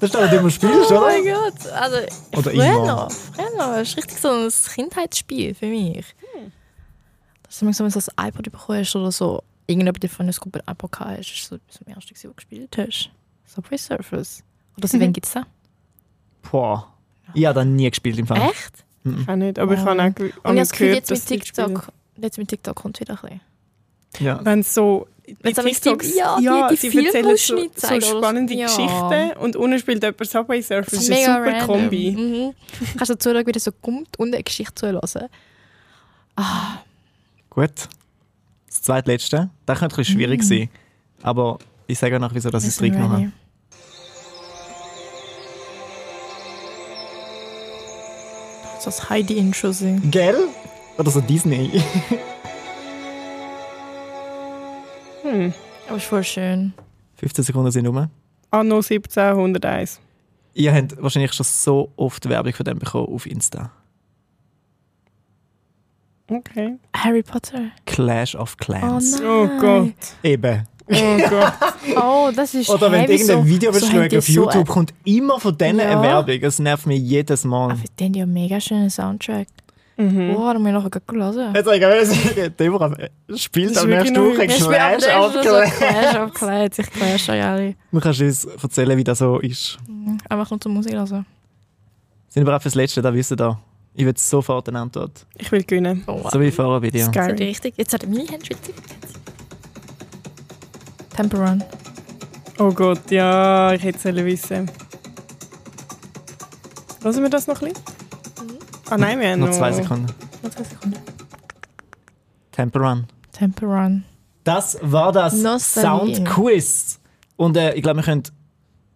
[SPEAKER 2] ist aber, den du spielst,
[SPEAKER 1] Oh
[SPEAKER 2] oder?
[SPEAKER 1] mein Gott. Also,
[SPEAKER 2] Oder
[SPEAKER 1] früher
[SPEAKER 2] immer.
[SPEAKER 1] noch. Früher noch. Das ist richtig so ein Kindheitsspiel für mich.
[SPEAKER 3] Hm.
[SPEAKER 1] Dass du manchmal so ein iPod bekommen hast oder so. Irgendjemand von uns Gruppe ein iPod hatte, ist so zum ersten, was du gespielt hast. Subway Surfers. Oder so, wen gibt es da?
[SPEAKER 2] Boah. Ich habe das nie gespielt im Fall.
[SPEAKER 1] Echt?
[SPEAKER 3] Ich auch nicht, aber ich
[SPEAKER 1] Oh.
[SPEAKER 3] habe auch, ge-
[SPEAKER 1] Und ich habe das
[SPEAKER 3] auch
[SPEAKER 1] Gefühl,
[SPEAKER 3] gehört,
[SPEAKER 1] jetzt mit
[SPEAKER 3] dass die
[SPEAKER 1] TikTok, jetzt mit Tiktok kommt wieder ein bisschen.
[SPEAKER 2] Ja.
[SPEAKER 3] Wenn es so
[SPEAKER 1] Wenn's aber
[SPEAKER 3] TikToks,
[SPEAKER 1] die- ja, die- die
[SPEAKER 3] sie
[SPEAKER 1] Filme
[SPEAKER 3] erzählen so,
[SPEAKER 1] Ausschnitte
[SPEAKER 3] so
[SPEAKER 1] zeigen oder so.
[SPEAKER 3] spannende
[SPEAKER 1] Ja.
[SPEAKER 3] Geschichten und unten spielt jemand Subway Surfer. Das ist eine
[SPEAKER 1] Mega
[SPEAKER 3] super
[SPEAKER 1] random.
[SPEAKER 3] Kombi.
[SPEAKER 1] Mhm. Kannst du zuschauen, wie das so kommt und eine Geschichte zuhören.
[SPEAKER 2] Gut. Das zweitletzte. Das könnte ein bisschen schwierig sein. Aber ich sage noch, wieso das ich es drin genommen habe.
[SPEAKER 1] So das Heidi-Intro singen.
[SPEAKER 2] Gell? Oder so Disney.
[SPEAKER 1] Aber ist voll schön.
[SPEAKER 2] 15 Sekunden sind rum.
[SPEAKER 3] Anno 1701.
[SPEAKER 2] Ihr habt wahrscheinlich schon so oft Werbung von dem bekommen auf Insta.
[SPEAKER 3] Okay.
[SPEAKER 1] Harry Potter.
[SPEAKER 2] Clash of Clans.
[SPEAKER 3] Oh Gott.
[SPEAKER 2] Eben.
[SPEAKER 3] Oh Gott.
[SPEAKER 1] Oh, das ist
[SPEAKER 2] Oder wenn
[SPEAKER 1] heavy,
[SPEAKER 2] du irgendein
[SPEAKER 1] so,
[SPEAKER 2] Video
[SPEAKER 1] so
[SPEAKER 2] willst
[SPEAKER 1] haben
[SPEAKER 2] schauen
[SPEAKER 1] die
[SPEAKER 2] auf
[SPEAKER 1] so
[SPEAKER 2] YouTube, kommt immer von denen
[SPEAKER 1] Ja.
[SPEAKER 2] eine Werbung. Es nervt mich jedes Mal.
[SPEAKER 1] Ein, die Ah, haben ja einen mega schönen Soundtrack. Mhm. Oh, da haben wir nachher gerade gelesen.
[SPEAKER 2] Jetzt sag ich euch, sagen, Deborah spielt
[SPEAKER 3] Das
[SPEAKER 2] am
[SPEAKER 3] ist
[SPEAKER 2] nächsten
[SPEAKER 3] wirklich
[SPEAKER 2] Woche
[SPEAKER 1] Wir spielen am
[SPEAKER 2] Clash of
[SPEAKER 1] nächsten Mal so
[SPEAKER 2] Clans.
[SPEAKER 1] Clash of Clans. Ich clash euch alle.
[SPEAKER 2] Du kannst uns erzählen, wie das so ist.
[SPEAKER 1] Einfach nur zur Musik hören.
[SPEAKER 2] Sind wir bereit fürs Letzte? Da wisst ihr da. Ich will sofort eine Antwort.
[SPEAKER 3] Ich will gewinnen.
[SPEAKER 1] Oh, wow.
[SPEAKER 2] So wie vorher bei dir.
[SPEAKER 1] Das
[SPEAKER 3] Skyrim.
[SPEAKER 1] ist richtig. Jetzt hat er meine Hände schwitzig. Temple Run.
[SPEAKER 3] Oh Gott, ja, ich hätte es sollen wissen Hören wir das noch ein bisschen? Ah nein, wir haben
[SPEAKER 2] Noch
[SPEAKER 3] noch...
[SPEAKER 2] zwei Sekunden.
[SPEAKER 1] Nur zwei Sekunden.
[SPEAKER 2] Temple Run.
[SPEAKER 1] Temple Run.
[SPEAKER 2] Das war das
[SPEAKER 1] Nostalgie.
[SPEAKER 2] Sound Quiz. Und äh, ich glaube, wir können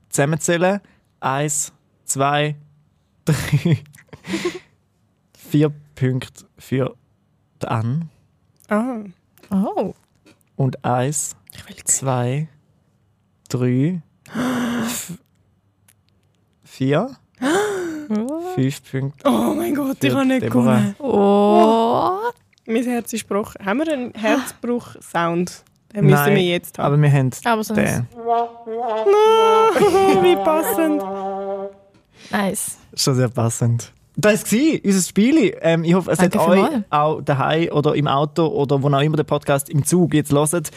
[SPEAKER 2] zusammenzählen. Eins, zwei, drei. Vier Punkte für den An.
[SPEAKER 3] Ah,
[SPEAKER 1] Oh.
[SPEAKER 2] Und eins,
[SPEAKER 3] ich will
[SPEAKER 2] zwei, drei, f- vier, fünf Punkte.
[SPEAKER 3] Oh mein Gott, ich
[SPEAKER 2] Für
[SPEAKER 3] kann nicht
[SPEAKER 2] Deborah.
[SPEAKER 3] kommen.
[SPEAKER 1] Oh.
[SPEAKER 3] Mein Herz ist gebrochen. Haben wir
[SPEAKER 1] Ah.
[SPEAKER 3] einen Herzbruch-Sound? Den müssen wir jetzt haben.
[SPEAKER 2] aber wir haben
[SPEAKER 1] Aber sonst-
[SPEAKER 2] den.
[SPEAKER 3] Oh, wie passend.
[SPEAKER 1] Nice.
[SPEAKER 2] Schon sehr passend. Das war unser Spiel. Ähm, ich hoffe, es
[SPEAKER 1] Danke
[SPEAKER 2] hat euch
[SPEAKER 1] vielmals.
[SPEAKER 2] auch daheim oder im Auto oder wo auch immer der Podcast im Zug jetzt hört,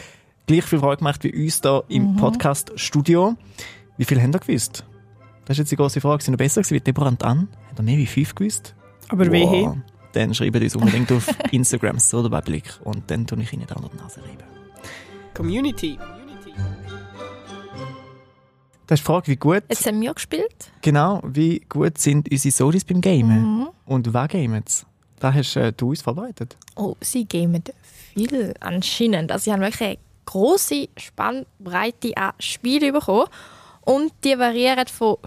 [SPEAKER 2] gleich viel Freude gemacht wie uns hier
[SPEAKER 1] Mhm.
[SPEAKER 2] im Podcast-Studio. Wie viel habt ihr gewusst? Das ist jetzt die große Frage. Sind ihr besser gewesen wie Deborah und Ann? Habt ihr mehr wie fünf gewusst?
[SPEAKER 3] Aber wehe.
[SPEAKER 2] Dann schreibt uns unbedingt auf Instagram so dabei Blick und dann tue ich ihnen da unter die Nase reiben.
[SPEAKER 4] Community.
[SPEAKER 2] Das ist die Frage, wie gut,
[SPEAKER 1] Jetzt haben wir gespielt.
[SPEAKER 2] genau, wie gut sind unsere Sodis beim Gamen?
[SPEAKER 1] Mhm.
[SPEAKER 2] Und wer gamet Da hast äh, du uns vorbereitet.
[SPEAKER 1] Oh, sie gamen viel anscheinend. Also sie haben wirklich eine grosse Spannbreite an Spielen bekommen. Und die variieren von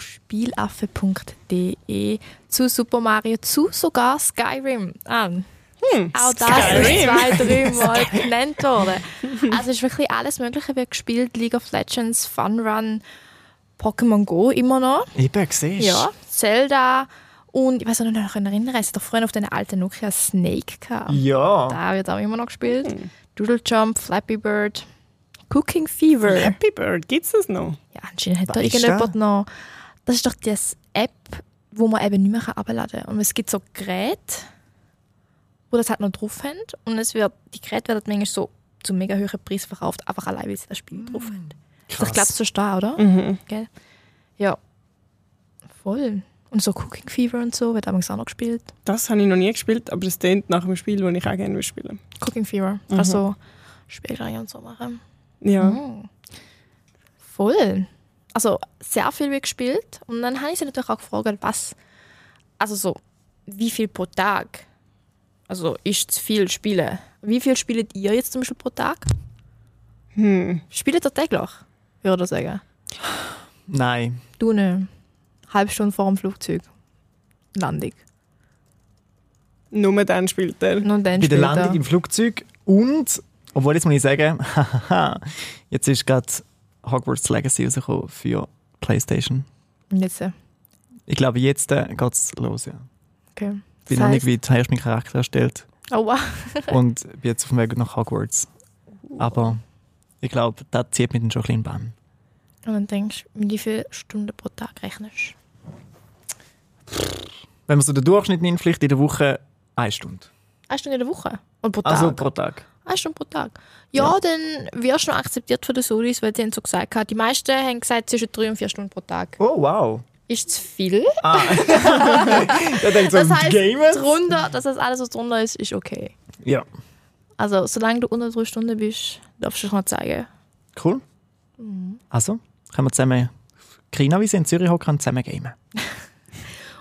[SPEAKER 1] spielaffe.de zu Super Mario zu sogar Skyrim an. Auch das ist zwei, drei Mal genannt worden. Also es ist wirklich alles Mögliche wird gespielt. League of Legends, Fun Run, Pokémon Go immer noch.
[SPEAKER 2] Eben, siehst
[SPEAKER 1] Ja, Zelda. Und ich weiß auch noch, ich erinnern, es hat doch früher auf den alten Nokia Snake gehabt.
[SPEAKER 2] Ja.
[SPEAKER 1] Da wird auch immer noch gespielt. Doodle Jump, Flappy Bird, Cooking Fever.
[SPEAKER 3] Happy Bird, gibt's das noch?
[SPEAKER 1] Ja, anscheinend hat da
[SPEAKER 2] Was ist
[SPEAKER 1] irgendjemand noch. Das ist doch die App, wo man eben nicht mehr herunterladen kann. Und es gibt so Geräte, wo das halt noch drauf haben. Und es wird, die Geräte werden manchmal so zu mega hohen Preis verkauft, einfach allein, weil sie das Spiel drauf
[SPEAKER 2] Mm,
[SPEAKER 1] haben. Also ich glaube, so ist da, oder?
[SPEAKER 3] Mhm.
[SPEAKER 1] Gell? Ja. Voll. Und so Cooking Fever und so wird übrigens auch noch gespielt.
[SPEAKER 3] Das habe ich noch nie gespielt, aber es tönt nach einem Spiel, das ich auch gerne spielen
[SPEAKER 1] Cooking Fever. Also Spielreihe und so machen.
[SPEAKER 3] will. Ja.
[SPEAKER 1] Mhm. Voll. Also sehr viel wird gespielt. Und dann habe ich sie natürlich auch gefragt, was, also so, wie viel pro Tag? Also ist zu viel Spiele. Wie viel spielt ihr jetzt zum Beispiel pro Tag?
[SPEAKER 3] Hm.
[SPEAKER 1] Spielt ihr täglich? Würde ich sagen.
[SPEAKER 2] Nein.
[SPEAKER 1] Du eine halbe Stunde vor dem Flugzeug. Landung.
[SPEAKER 3] Nur dann spielt er.
[SPEAKER 1] Und dann
[SPEAKER 2] Bei der
[SPEAKER 1] spielt er.
[SPEAKER 2] Landung im Flugzeug und, obwohl jetzt muss ich sagen, hahaha, jetzt ist gerade Hogwarts Legacy rausgekommen für PlayStation.
[SPEAKER 1] Und Jetzt, äh,
[SPEAKER 2] Ich glaube, jetzt äh, geht es los. Ja.
[SPEAKER 1] okay.
[SPEAKER 2] Ich
[SPEAKER 1] Das
[SPEAKER 2] bin noch nicht
[SPEAKER 1] heisst-
[SPEAKER 2] weit, hast meinen Charakter erstellt
[SPEAKER 1] Oh, wow.
[SPEAKER 2] und bin jetzt auf dem Weg nach Hogwarts. Aber ich glaube, das zieht mich dann schon ein bisschen in den Bann.
[SPEAKER 1] Und dann denkst du, wie viele Stunden pro Tag rechnest
[SPEAKER 2] Wenn man so den Durchschnitt nimmt, vielleicht in der Woche eine Stunde.
[SPEAKER 1] du? Eine Stunde in der Woche? Und pro Tag?
[SPEAKER 2] Also pro Tag.
[SPEAKER 1] Eine Stunde Ah, pro Tag. Ja, dann wirst du noch akzeptiert von den Solis, weil die haben so gesagt, haben, die meisten haben gesagt, zwischen drei und vier Stunden pro Tag.
[SPEAKER 2] Oh, wow.
[SPEAKER 1] Ist zu viel.
[SPEAKER 2] Ah. da denkt so,
[SPEAKER 1] Das heißt,
[SPEAKER 2] Gamers?
[SPEAKER 1] drunter, das heißt, alles, was drunter ist, ist okay.
[SPEAKER 2] Ja.
[SPEAKER 1] Also, solange du unter drei Stunden bist, darfst du dich noch zeigen.
[SPEAKER 2] Cool. Also, können wir zusammen China, wie sie in Zürich hocken, und zusammen gamen.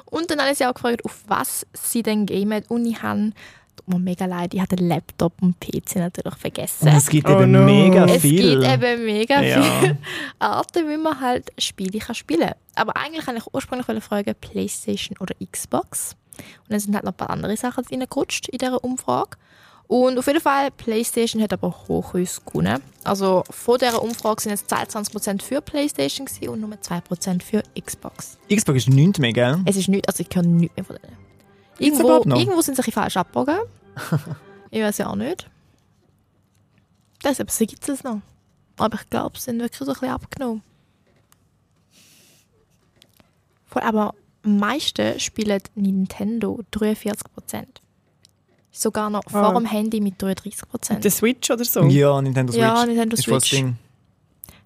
[SPEAKER 1] Und dann haben sie auch gefragt, auf was sie denn gamen. Und ich habe, tut mir mega leid, ich habe den Laptop und PC natürlich vergessen.
[SPEAKER 2] Und es gibt
[SPEAKER 3] Oh
[SPEAKER 2] eben
[SPEAKER 3] no.
[SPEAKER 2] mega
[SPEAKER 1] Es
[SPEAKER 2] viel.
[SPEAKER 1] gibt eben mega
[SPEAKER 2] Ja.
[SPEAKER 1] viele Arten, wie man halt Spiele kann spielen kann. Aber eigentlich wollte ich ursprünglich wollte fragen, Playstation oder Xbox. Und dann sind halt noch ein paar andere Sachen reingerutscht in dieser Umfrage. Und auf jeden Fall, Playstation hat aber hoch uns gewonnen. Also vor dieser Umfrage sind jetzt 22% für Playstation gewesen und nur 2% für Xbox.
[SPEAKER 2] Xbox ist nicht mehr, gell?
[SPEAKER 1] Es ist nicht, also ich höre nichts mehr von denen. Irgendwo,
[SPEAKER 2] überhaupt noch?
[SPEAKER 1] irgendwo sind sie ein bisschen falsch abgebogen. ich weiß ja auch nicht. Deshalb gibt es noch. Aber ich glaube, sie sind wirklich so ein bisschen abgenommen. Voll, aber am meisten spielt Nintendo 43%. Sogar noch vor
[SPEAKER 3] Ah.
[SPEAKER 1] dem Handy mit 33%.
[SPEAKER 3] Der Switch oder so?
[SPEAKER 2] Ja, Nintendo Switch.
[SPEAKER 1] Ja, Nintendo
[SPEAKER 2] Ist voll das
[SPEAKER 1] Switch.
[SPEAKER 2] Ding.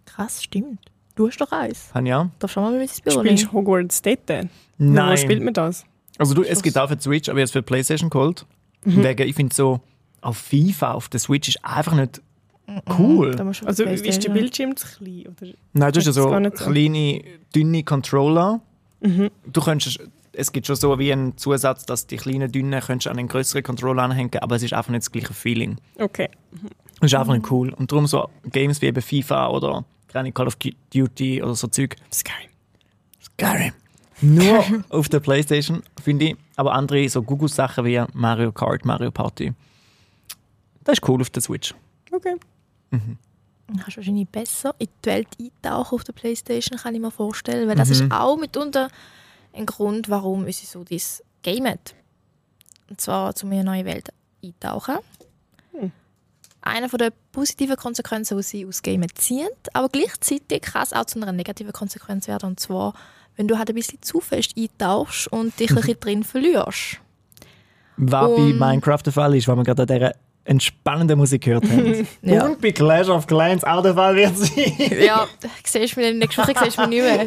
[SPEAKER 1] Krass, stimmt. Du hast doch eins.
[SPEAKER 2] Kann ja.
[SPEAKER 1] Darfst du mal mit ins Büro
[SPEAKER 3] Spielst
[SPEAKER 1] nehmen?
[SPEAKER 3] du Hogwarts dort? Wo spielt
[SPEAKER 2] Nein.
[SPEAKER 3] man das?
[SPEAKER 2] Also du, es gibt auch für die Switch, aber jetzt
[SPEAKER 1] Mhm.
[SPEAKER 2] für die Playstation geholt. Wegen, ich finde so, auf FIFA, auf der Switch ist einfach nicht Cool.
[SPEAKER 1] Da musst du
[SPEAKER 3] Also
[SPEAKER 1] auf die
[SPEAKER 3] ist der
[SPEAKER 1] Playstation.
[SPEAKER 3] Bildschirm zu klein? Oder?
[SPEAKER 2] Nein, du hast ja
[SPEAKER 3] Das ist
[SPEAKER 2] so
[SPEAKER 3] gar nicht so.
[SPEAKER 2] kleine, dünne Controller.
[SPEAKER 3] Mhm.
[SPEAKER 2] Du könntest, es gibt schon so wie einen Zusatz, dass die kleinen, dünnen könntest an einen größeren Controller anhängen, aber es ist einfach nicht das gleiche Feeling.
[SPEAKER 3] Okay.
[SPEAKER 2] Es ist einfach nicht cool. Und darum so Games wie eben FIFA oder keine Call of Duty oder so Zeug.
[SPEAKER 3] Skyrim.
[SPEAKER 2] Skyrim. Nur auf der Playstation, finde ich. Aber andere so Google-Sachen wie Mario Kart, Mario Party. Das ist cool auf der Switch.
[SPEAKER 3] Okay.
[SPEAKER 1] Dann kannst du wahrscheinlich besser in die Welt eintauchen auf der Playstation, kann ich mir vorstellen. Weil das ist auch mitunter ein Grund, warum unsere so dieses Game Und zwar, um in eine neue Welt eintauchen. Eine von der positiven Konsequenzen, die sie aus Gamen ziehen, aber gleichzeitig kann es auch zu einer negativen Konsequenz werden. Und zwar, wenn du halt ein bisschen zu fest eintauchst und dich ein bisschen drin verlierst.
[SPEAKER 2] Was bei
[SPEAKER 1] Um.
[SPEAKER 2] Minecraft der Fall ist, weil wir gerade an dieser entspannenden Musik gehört haben.
[SPEAKER 1] Ja.
[SPEAKER 2] Und bei Clash of Clans auch der Fall wird sein.
[SPEAKER 1] Ja, siehst du mich in der nächsten Woche siehst du mich nicht mehr.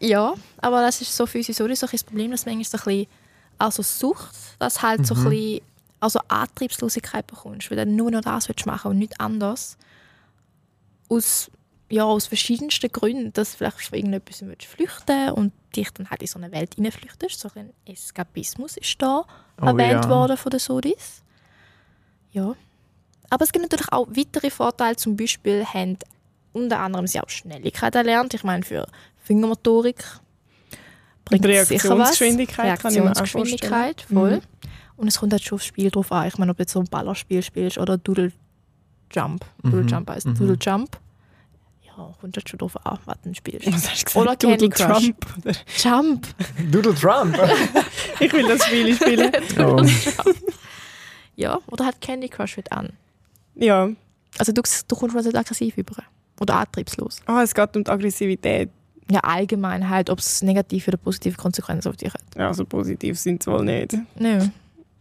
[SPEAKER 1] Ja, aber das ist so für uns sowieso so ein bisschen das Problem, dass man manchmal so ein bisschen also Sucht, dass halt so
[SPEAKER 2] Mhm.
[SPEAKER 1] ein bisschen also Antriebslosigkeit bekommst, weil du nur noch das willst machen und nicht anders. Aus, ja, aus verschiedensten Gründen, dass vielleicht von irgendetwas willst flüchten und dich dann halt in so eine Welt hineinflüchtest. So ein bisschen Eskapismus ist da
[SPEAKER 2] Oh
[SPEAKER 1] erwähnt
[SPEAKER 2] ja.
[SPEAKER 1] worden von den Sodis. Ja. Aber es gibt natürlich auch weitere Vorteile. Zum Beispiel haben unter anderem sie auch Schnelligkeit erlernt. Ich meine, für Fingermotorik bringt
[SPEAKER 3] Und
[SPEAKER 1] es sicher was.
[SPEAKER 3] Reaktionsgeschwindigkeit kann ich mir auch
[SPEAKER 1] Reaktionsgeschwindigkeit, voll. Und es kommt halt schon aufs Spiel drauf an. Ich meine, ob du jetzt so ein Ballerspiel spielst oder Doodle Jump. Doodle Jump heißt Doodle Jump. Ja, kommt halt schon drauf an, was du spielst.
[SPEAKER 3] Was hast du gesagt?
[SPEAKER 1] Oder Candy
[SPEAKER 3] Donald
[SPEAKER 1] Crush.
[SPEAKER 3] Trump. Oder?
[SPEAKER 1] Jump!
[SPEAKER 2] Doodle Trump.
[SPEAKER 3] Ich will das Spiel spielen.
[SPEAKER 2] oh.
[SPEAKER 1] Ja, oder halt Candy Crush wird an.
[SPEAKER 3] ja.
[SPEAKER 1] Also du, du kommst schon nicht aggressiv über. Oder antriebslos.
[SPEAKER 3] Ah, es geht um die Aggressivität.
[SPEAKER 1] Ja, allgemein halt, ob es negative oder positive Konsequenzen auf dich hat.
[SPEAKER 3] Ja, Also positiv sind es wohl nicht.
[SPEAKER 1] Nö.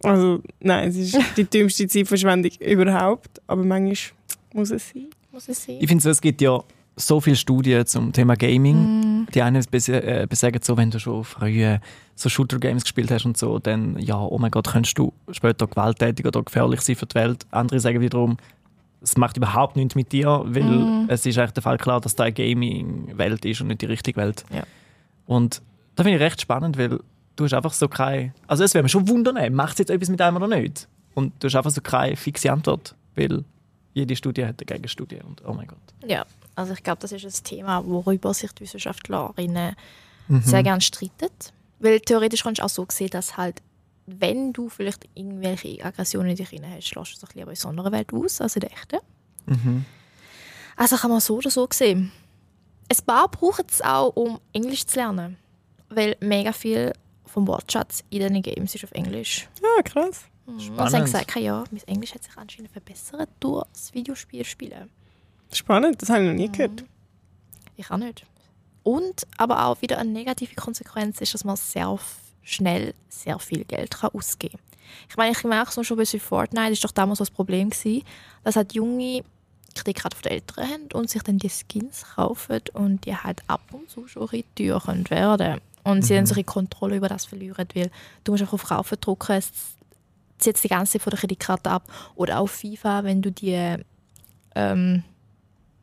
[SPEAKER 3] Also nein, es ist die dümmste Zeitverschwendung überhaupt. Aber manchmal muss es sein.
[SPEAKER 1] Muss ich sehen.
[SPEAKER 2] Ich finde so, es gibt ja so viele Studien zum Thema Gaming. Die einen bes- äh, besagen so, wenn du schon früher so Shooter-Games gespielt hast und so, dann, ja, oh mein Gott, könntest du später gewalttätig oder gefährlich sein für die Welt. Andere sagen wiederum, es macht überhaupt nichts mit dir, weil es ist eigentlich der Fall klar, dass da eine Gaming-Welt ist und nicht die richtige Welt.
[SPEAKER 1] Ja.
[SPEAKER 2] Und da finde ich recht spannend, weil du hast einfach so keine... Also es wäre mir schon wundern, macht es jetzt etwas mit einem oder nicht? Und du hast einfach so keine fixe Antwort, weil jede Studie hat eine Gegenstudie und oh mein Gott.
[SPEAKER 1] Ja, also ich glaube, das ist ein Thema, worüber sich die Wissenschaftlerinnen sehr gerne streiten. Weil theoretisch kannst du auch so sehen, dass halt, wenn du vielleicht irgendwelche Aggressionen in dich rein hast, schlägst du es lieber in so einer Welt aus als in der echten. Also kann man so oder so sehen. Ein paar brauchen es auch, um Englisch zu lernen. Weil mega viel vom Wortschatz in diesen Games ist auf Englisch.
[SPEAKER 3] Ja, Ah, krass.
[SPEAKER 1] Und sie haben
[SPEAKER 2] Spannend.
[SPEAKER 1] gesagt, ja, mein Englisch hat sich anscheinend verbessert durch das Videospiel spielen.
[SPEAKER 3] Spannend, das habe ich noch nie gehört.
[SPEAKER 1] Ich auch nicht. Und aber auch wieder eine negative Konsequenz ist, dass man sehr f- schnell sehr viel Geld kann ausgeben kann. Ich meine, ich merke es schon bei Fortnite, ist doch damals so das Problem gewesen, dass halt junge Kreditkarte von den Eltern haben und sich dann die Skins kaufen und die halt ab und zu schon ein bisschen teuer können werden Und sie dann so ihre Kontrolle über das verlieren, weil du musst einfach auf Kaufen drücken, es zieht die ganze Zeit von der Kreditkarte ab. Oder auch FIFA, wenn du die... Ähm,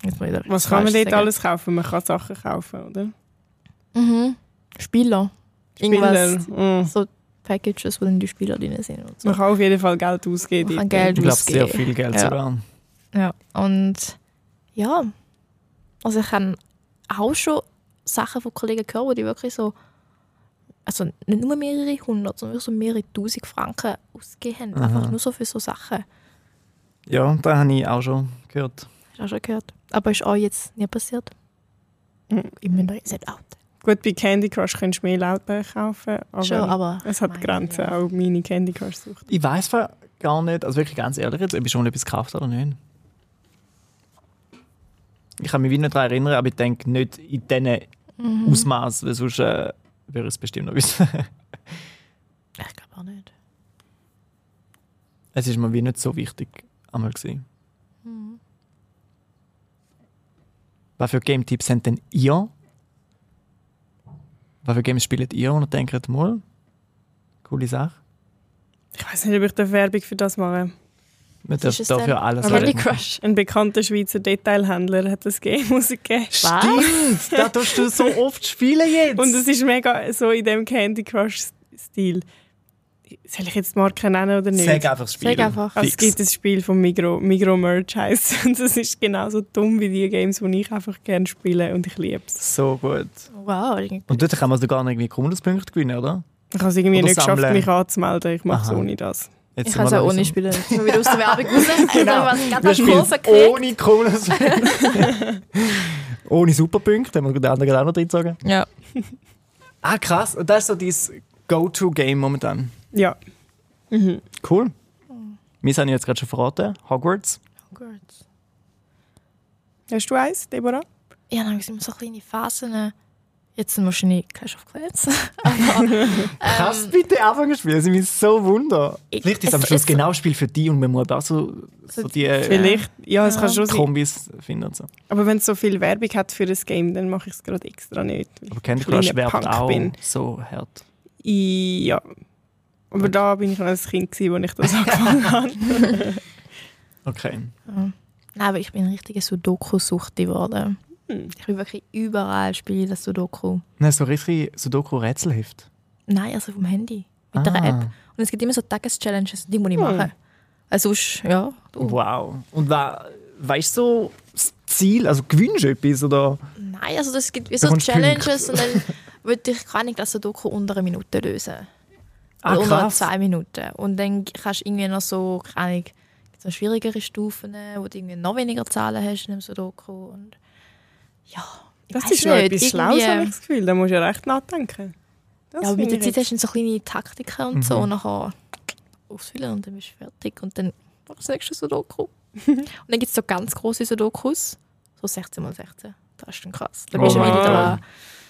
[SPEAKER 1] jetzt muss ich da-
[SPEAKER 3] Was kann man dort
[SPEAKER 1] sagen.
[SPEAKER 3] alles kaufen? Man kann Sachen kaufen, oder?
[SPEAKER 1] Mhm. Spieler. Irgendwas.
[SPEAKER 3] Bilder. Mhm.
[SPEAKER 1] So Packages, wo dann die Spieler drin sind und so.
[SPEAKER 3] Man kann auf jeden Fall Geld ausgeben.
[SPEAKER 1] Man
[SPEAKER 3] dort.
[SPEAKER 1] kann Geld
[SPEAKER 2] Ich glaube,
[SPEAKER 1] ausgeben.
[SPEAKER 2] sehr viel Geld
[SPEAKER 1] ja.
[SPEAKER 2] sogar.
[SPEAKER 1] Ja. Und ja. Also ich habe auch schon Sachen von Kollegen gehört, wo die wirklich so, also nicht nur mehrere hundert, sondern wirklich so mehrere tausend Franken ausgeben. haben. Einfach nur so für so Sachen.
[SPEAKER 2] Ja, da habe ich auch schon gehört.
[SPEAKER 1] Hast du auch schon gehört. Aber ist auch jetzt nie passiert.
[SPEAKER 3] Mhm.
[SPEAKER 1] Immer noch ist es out.
[SPEAKER 3] Gut, bei Candy Crush kannst du mehr Laubbälle kaufen, aber,
[SPEAKER 1] Schon, aber
[SPEAKER 3] es hat
[SPEAKER 1] meine
[SPEAKER 3] Grenzen,
[SPEAKER 1] Güte.
[SPEAKER 3] auch meine Candy Crush-Sucht.
[SPEAKER 2] Ich weiß gar nicht, also wirklich ganz ehrlich jetzt, ob ich schon mal etwas gekauft habe oder nicht. Ich kann mich wieder daran erinnern, aber ich denke nicht in diesem
[SPEAKER 1] Mhm.
[SPEAKER 2] Ausmaß, weil sonst äh, würde ich es bestimmt noch wissen.
[SPEAKER 1] Ich glaube auch nicht.
[SPEAKER 2] es ist mir wie nicht so wichtig einmal gewesen.
[SPEAKER 1] Mhm.
[SPEAKER 2] Was für Game-Tipps habt denn ihr? Was für Games spielt ihr und denkt mal, coole Sache?
[SPEAKER 3] Ich weiß nicht, ob ich da Werbung für das mache.
[SPEAKER 2] Man
[SPEAKER 1] Was
[SPEAKER 2] darf
[SPEAKER 1] ist es denn?
[SPEAKER 2] dafür alles
[SPEAKER 1] Candy
[SPEAKER 2] reden.
[SPEAKER 1] Crush.
[SPEAKER 3] Ein bekannter Schweizer Detailhändler hat das Game rausgegeben.
[SPEAKER 2] Stimmt, da tust du so oft spielen jetzt.
[SPEAKER 3] Und es ist mega so in dem Candy Crush-Stil. Soll ich jetzt die Marke nennen oder nicht?
[SPEAKER 2] Sag einfach das Spiel.
[SPEAKER 1] Sag einfach.
[SPEAKER 3] Also es
[SPEAKER 2] Fix.
[SPEAKER 3] gibt ein Spiel von Migro, Migro Merch heisst. Und das ist genauso dumm wie die Games, die ich einfach gerne spiele und ich liebe es.
[SPEAKER 2] So gut.
[SPEAKER 1] Wow.
[SPEAKER 2] Und dort kann man sogar noch irgendwie Kumuluspunkte gewinnen, oder?
[SPEAKER 3] Ich habe es irgendwie
[SPEAKER 2] Oder
[SPEAKER 3] nicht geschafft,
[SPEAKER 2] sammeln.
[SPEAKER 3] mich anzumelden. Ich mache es
[SPEAKER 2] Aha.
[SPEAKER 3] ohne das.
[SPEAKER 2] Jetzt
[SPEAKER 1] Ich
[SPEAKER 2] sind
[SPEAKER 1] kann es
[SPEAKER 2] wir
[SPEAKER 1] auch
[SPEAKER 2] noch
[SPEAKER 1] ohne
[SPEAKER 2] nicht so-
[SPEAKER 1] spielen. Jetzt sind wir wieder aus der Werbung raus.
[SPEAKER 2] Genau.
[SPEAKER 1] Also, was
[SPEAKER 2] Wir
[SPEAKER 1] gerade
[SPEAKER 2] spielen
[SPEAKER 1] Kurve gekriegt.
[SPEAKER 2] ohne Kumuluspunkte. ohne Superpunkte, haben wir den anderen gerade auch noch reingezogen.
[SPEAKER 1] Ja.
[SPEAKER 2] Ah, krass. Und Das ist so dein Go-To-Game momentan.
[SPEAKER 3] Ja, Mhm.
[SPEAKER 2] Cool. Mir sind jetzt gerade schon verraten. Hogwarts.
[SPEAKER 1] Gut.
[SPEAKER 3] hast du eins, Deborah?
[SPEAKER 1] Ja, dann sind wir so kleine Phasen. Jetzt sind wir wahrscheinlich Clash of Clans. Aber,
[SPEAKER 2] Kannst du bitte anfangen zu spielen? Das ist mich so wunder.
[SPEAKER 1] Ich-
[SPEAKER 2] Vielleicht ist es am
[SPEAKER 1] es-
[SPEAKER 2] Schluss
[SPEAKER 1] es-
[SPEAKER 2] genau das Spiel für dich und man muss aber auch so, so
[SPEAKER 1] So
[SPEAKER 2] die äh,
[SPEAKER 3] Vielleicht. Ja, es
[SPEAKER 1] Ja.
[SPEAKER 3] kann schon sein.
[SPEAKER 2] Kombis finden und so.
[SPEAKER 3] Aber wenn es so viel Werbung hat für das Game, dann mache ich es gerade extra nicht. weil
[SPEAKER 2] Aber Candy
[SPEAKER 3] ich ein
[SPEAKER 2] Crush
[SPEAKER 3] kleiner
[SPEAKER 2] werbt
[SPEAKER 3] Punk
[SPEAKER 2] auch
[SPEAKER 3] Bin.
[SPEAKER 2] so hart.
[SPEAKER 3] Ja. Aber da bin ich noch ein Kind, gewesen, als ich das angefangen habe.
[SPEAKER 2] Okay.
[SPEAKER 1] nein, aber ich bin eine richtige Sudoku-Sucht geworden. Ich will wirklich überall spiele das Sudoku.
[SPEAKER 2] Nein, so richtig Sudoku-Rätselheft.
[SPEAKER 1] Nein, also vom Handy. Mit
[SPEAKER 2] Ah.
[SPEAKER 1] einer App. Und es gibt immer so Tageschallenges, die muss ich machen. Also sonst, ja. du.
[SPEAKER 2] Wow. Und wa, weißt du so das Ziel? Also gewinnst du etwas? Oder?
[SPEAKER 1] Nein, also es gibt wie so
[SPEAKER 2] Bekommst
[SPEAKER 1] Challenges und dann würde ich gar nicht das Sudoku unter einer Minute lösen.
[SPEAKER 2] Ah,
[SPEAKER 1] Oder unter
[SPEAKER 2] krass.
[SPEAKER 1] zwei Minuten. Und dann kannst du irgendwie noch so, keine Ahnung, gibt's noch schwierigere Stufen, wo du irgendwie noch weniger Zahlen hast in einem Sudoku. Und ja, ich
[SPEAKER 3] Das
[SPEAKER 1] weiss
[SPEAKER 3] ist schon
[SPEAKER 1] nicht,
[SPEAKER 3] etwas Schlaues,
[SPEAKER 1] irgendwie-
[SPEAKER 3] habe ich das Gefühl. Da musst du ja recht nachdenken. Das
[SPEAKER 1] Ja, aber mit
[SPEAKER 3] finde
[SPEAKER 1] der
[SPEAKER 3] ich
[SPEAKER 1] Zeit
[SPEAKER 3] jetzt- Mhm.
[SPEAKER 1] hast du dann so kleine Taktiken und so und nachher ausfüllen und dann bist du fertig und dann machst du das nächste Sudoku. und dann gibt es so ganz große Sudokus, so 16 mal 16. Das ist dann krass. Da
[SPEAKER 2] Oh
[SPEAKER 1] bist du
[SPEAKER 2] mein
[SPEAKER 1] wieder da.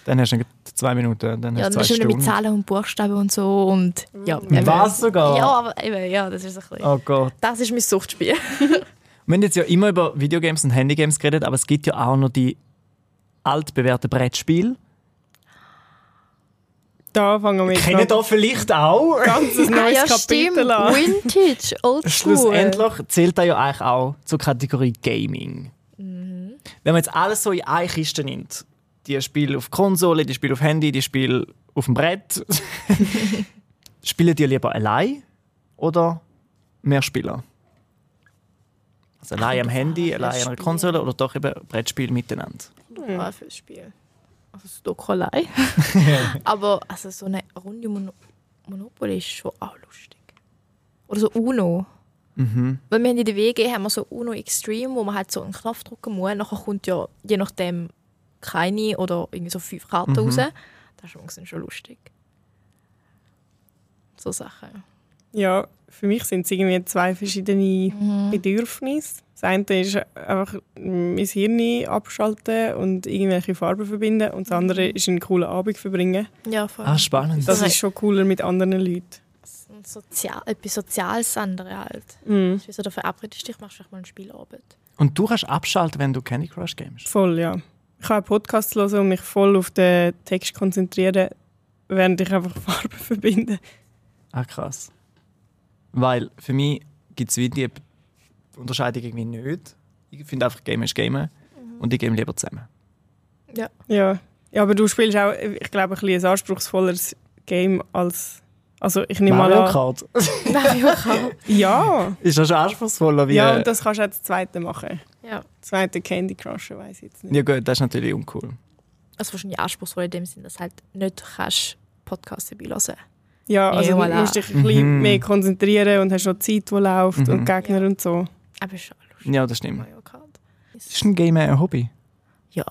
[SPEAKER 2] Dann hast du noch zwei Minuten, dann
[SPEAKER 1] Ja, dann
[SPEAKER 2] hast du zwei
[SPEAKER 1] bist du wieder
[SPEAKER 2] Stunden.
[SPEAKER 1] mit Zahlen und Buchstaben und so und ja.
[SPEAKER 3] Mhm.
[SPEAKER 1] eben.
[SPEAKER 2] Was sogar?
[SPEAKER 1] Ja, aber eben, ja, das ist ein bisschen...
[SPEAKER 2] Oh Gott.
[SPEAKER 1] Das ist mein Suchtspiel.
[SPEAKER 2] Wir haben jetzt ja immer über Videogames und Handygames geredet, aber es gibt ja auch noch die altbewährten Brettspiele.
[SPEAKER 3] Da fangen wir jetzt
[SPEAKER 2] Kennen
[SPEAKER 3] noch
[SPEAKER 2] da vielleicht auch?
[SPEAKER 3] ganz ein neues Kapitel an.
[SPEAKER 1] Ah Vintage, old school.
[SPEAKER 2] Schlussendlich zählt da ja eigentlich auch zur Kategorie Gaming. Wenn man jetzt alles so in eine Kiste nimmt, die Spiele auf Konsole, die Spiele auf Handy, die Spiele auf dem Brett, spielen die lieber allein oder mehr Spieler? Also allein am Handy, allein an einer
[SPEAKER 1] Spiele.
[SPEAKER 2] Konsole oder doch eben Brettspiel miteinander?
[SPEAKER 1] Ja, Ah, für das Spiel. Also Sudoku allein. Aber also so eine Runde Mon Monopoly ist schon auch lustig. Oder so Uno.
[SPEAKER 2] Mhm.
[SPEAKER 1] Weil wir haben in der WG haben wir so Uno Extreme, wo man halt so einen Knopf drücken muss. Nachher kommt ja je nachdem keine oder irgendwie so fünf
[SPEAKER 2] Mhm.
[SPEAKER 1] Karten raus. Das ist schon- schon lustig. So Sachen.
[SPEAKER 3] Ja, für mich sind es irgendwie zwei verschiedene Bedürfnisse. Das eine ist einfach mein Hirn abschalten und irgendwelche Farben verbinden. Und das andere ist einen coolen Abend verbringen.
[SPEAKER 1] Ja, voll.
[SPEAKER 2] Ah, spannend.
[SPEAKER 3] Das
[SPEAKER 1] Nein.
[SPEAKER 3] ist schon cooler mit anderen Leuten.
[SPEAKER 1] Und sozial, etwas Soziales andere halt. Das ist wie so, da verabredest du dich, machst vielleicht mal einen Spielabend.
[SPEAKER 2] Und du kannst abschalten, wenn du Candy Crush gamest.
[SPEAKER 3] Voll, ja. Ich kann einen Podcast hören und mich voll auf den Text konzentrieren, während ich einfach Farben verbinde.
[SPEAKER 2] Ah, krass. Weil für mich gibt es wie die Unterscheidung irgendwie nicht. Ich finde einfach, Game ist Game
[SPEAKER 1] Mhm.
[SPEAKER 2] und ich game lieber zusammen.
[SPEAKER 3] Ja. ja, aber du spielst auch, ich glaube, ein, bisschen ein anspruchsvolleres Game als... Also ich nehme mal
[SPEAKER 2] Mario
[SPEAKER 3] an...
[SPEAKER 2] Kart
[SPEAKER 1] Mario Kart.
[SPEAKER 3] Ja,
[SPEAKER 2] ist ja schon anspruchsvoller wie...
[SPEAKER 3] ja
[SPEAKER 2] äh,
[SPEAKER 3] und das kannst du auch das zweite machen.
[SPEAKER 1] Ja.
[SPEAKER 3] Zweite Candy Crush, weiß ich jetzt nicht.
[SPEAKER 2] ja gut, das ist natürlich uncool.
[SPEAKER 1] Also wahrscheinlich anspruchsvoll in dem Sinn, dass du halt nicht kannst Podcasts dabei hören
[SPEAKER 3] Ja, also
[SPEAKER 1] Ja,
[SPEAKER 3] du
[SPEAKER 1] voilà.
[SPEAKER 3] musst dich ein bisschen
[SPEAKER 2] Mhm.
[SPEAKER 3] mehr konzentrieren und hast noch Zeit, die läuft und Gegner und so.
[SPEAKER 1] Aber ist schon lustig.
[SPEAKER 2] Ja, das stimmt.
[SPEAKER 1] Mario Kart.
[SPEAKER 2] Ist ein Game äh, ein Hobby?
[SPEAKER 1] Ja.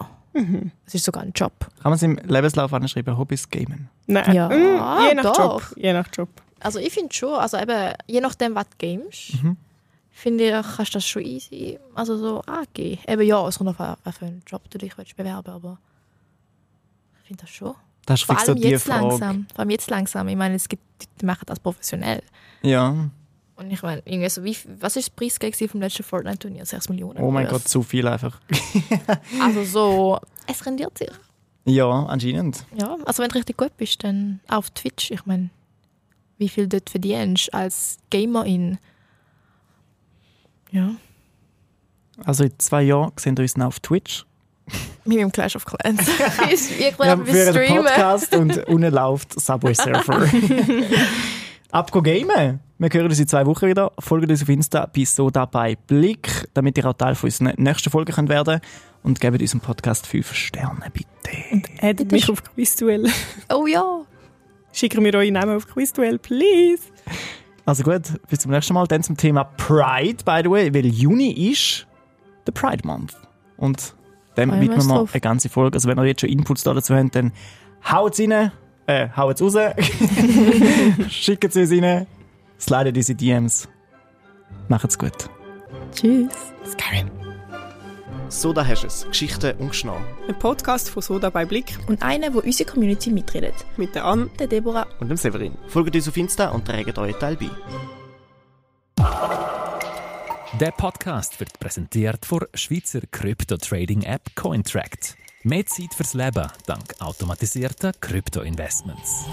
[SPEAKER 1] Es ist sogar ein Job.
[SPEAKER 2] Kann man es im Lebenslauf anschreiben, Hobbys gamen?
[SPEAKER 3] Nein.
[SPEAKER 1] Ja,
[SPEAKER 3] Mm, je nach
[SPEAKER 1] doch.
[SPEAKER 3] Job. Je nach Job.
[SPEAKER 1] Also ich finde schon, also eben, je nachdem, was du gamest,
[SPEAKER 2] Mhm.
[SPEAKER 1] finde ich, kannst du das schon easy, also so angehen. Eben ja, es kommt auf an, was für einen Job du dich willst bewerben aber ich finde das schon.
[SPEAKER 2] Das ist
[SPEAKER 1] Vor
[SPEAKER 2] fix so
[SPEAKER 1] allem
[SPEAKER 2] die
[SPEAKER 1] jetzt
[SPEAKER 2] Frage.
[SPEAKER 1] langsam. Vor allem jetzt langsam. Ich meine, es gibt Leute, die machen das professionell.
[SPEAKER 2] Ja.
[SPEAKER 1] Und ich meine, irgendwie so, wie, was ist das Preisgeld gewesen vom letzten Fortnite-Turnier? 6 Millionen.
[SPEAKER 2] Oh mein
[SPEAKER 1] US.
[SPEAKER 2] Gott, zu viel einfach.
[SPEAKER 1] Also so, es rendiert sich.
[SPEAKER 2] Ja, anscheinend.
[SPEAKER 1] Ja, also wenn du richtig gut bist, dann auch auf Twitch. Ich meine, wie viel du dort verdienst als Gamerin. Ja.
[SPEAKER 2] Also in zwei Jahren sehen wir uns dann auf Twitch.
[SPEAKER 1] Mit meinem Clash of Clans. Ist wirklich
[SPEAKER 2] Wir haben für
[SPEAKER 1] wir
[SPEAKER 2] einen
[SPEAKER 1] streamen.
[SPEAKER 2] Podcast und unten läuft Subway Surfer. Apropos Gamen. Wir hören uns in zwei Wochen wieder. Folgt uns auf Insta bei Soda bei Blick, damit ihr auch Teil von unserer nächsten Folge könnt werden Und gebt unserem Podcast 5 Sterne, bitte.
[SPEAKER 3] Hättet mich auf Quizduell.
[SPEAKER 1] Oh ja.
[SPEAKER 3] Schickt mir eure Namen auf Quizduell, please.
[SPEAKER 2] Also gut, bis zum nächsten Mal. Dann zum Thema Pride, by the way, weil Juni ist der Pride Month. Und dem
[SPEAKER 1] Freuen wir
[SPEAKER 2] widmen
[SPEAKER 1] uns
[SPEAKER 2] wir
[SPEAKER 1] drauf.
[SPEAKER 2] eine ganze Folge. Also wenn ihr jetzt schon Inputs da dazu habt, dann haut's rein, äh, haut's raus, schickt sie uns rein, slidet diese DMs. Macht's gut.
[SPEAKER 1] Tschüss.
[SPEAKER 9] So da hast du es. Geschichten und Geschnarr.
[SPEAKER 3] Ein Podcast von Soda bei Blick
[SPEAKER 5] Und eine, wo unsere Community mitredet.
[SPEAKER 3] mit der Anne
[SPEAKER 5] Der Deborah
[SPEAKER 9] Und dem Severin. Folgt uns auf Insta und trägt euren Teil bei.
[SPEAKER 6] Der Podcast wird präsentiert von Schweizer Krypto-Trading-App Cointract. Mehr Zeit fürs Leben dank automatisierter Krypto-Investments.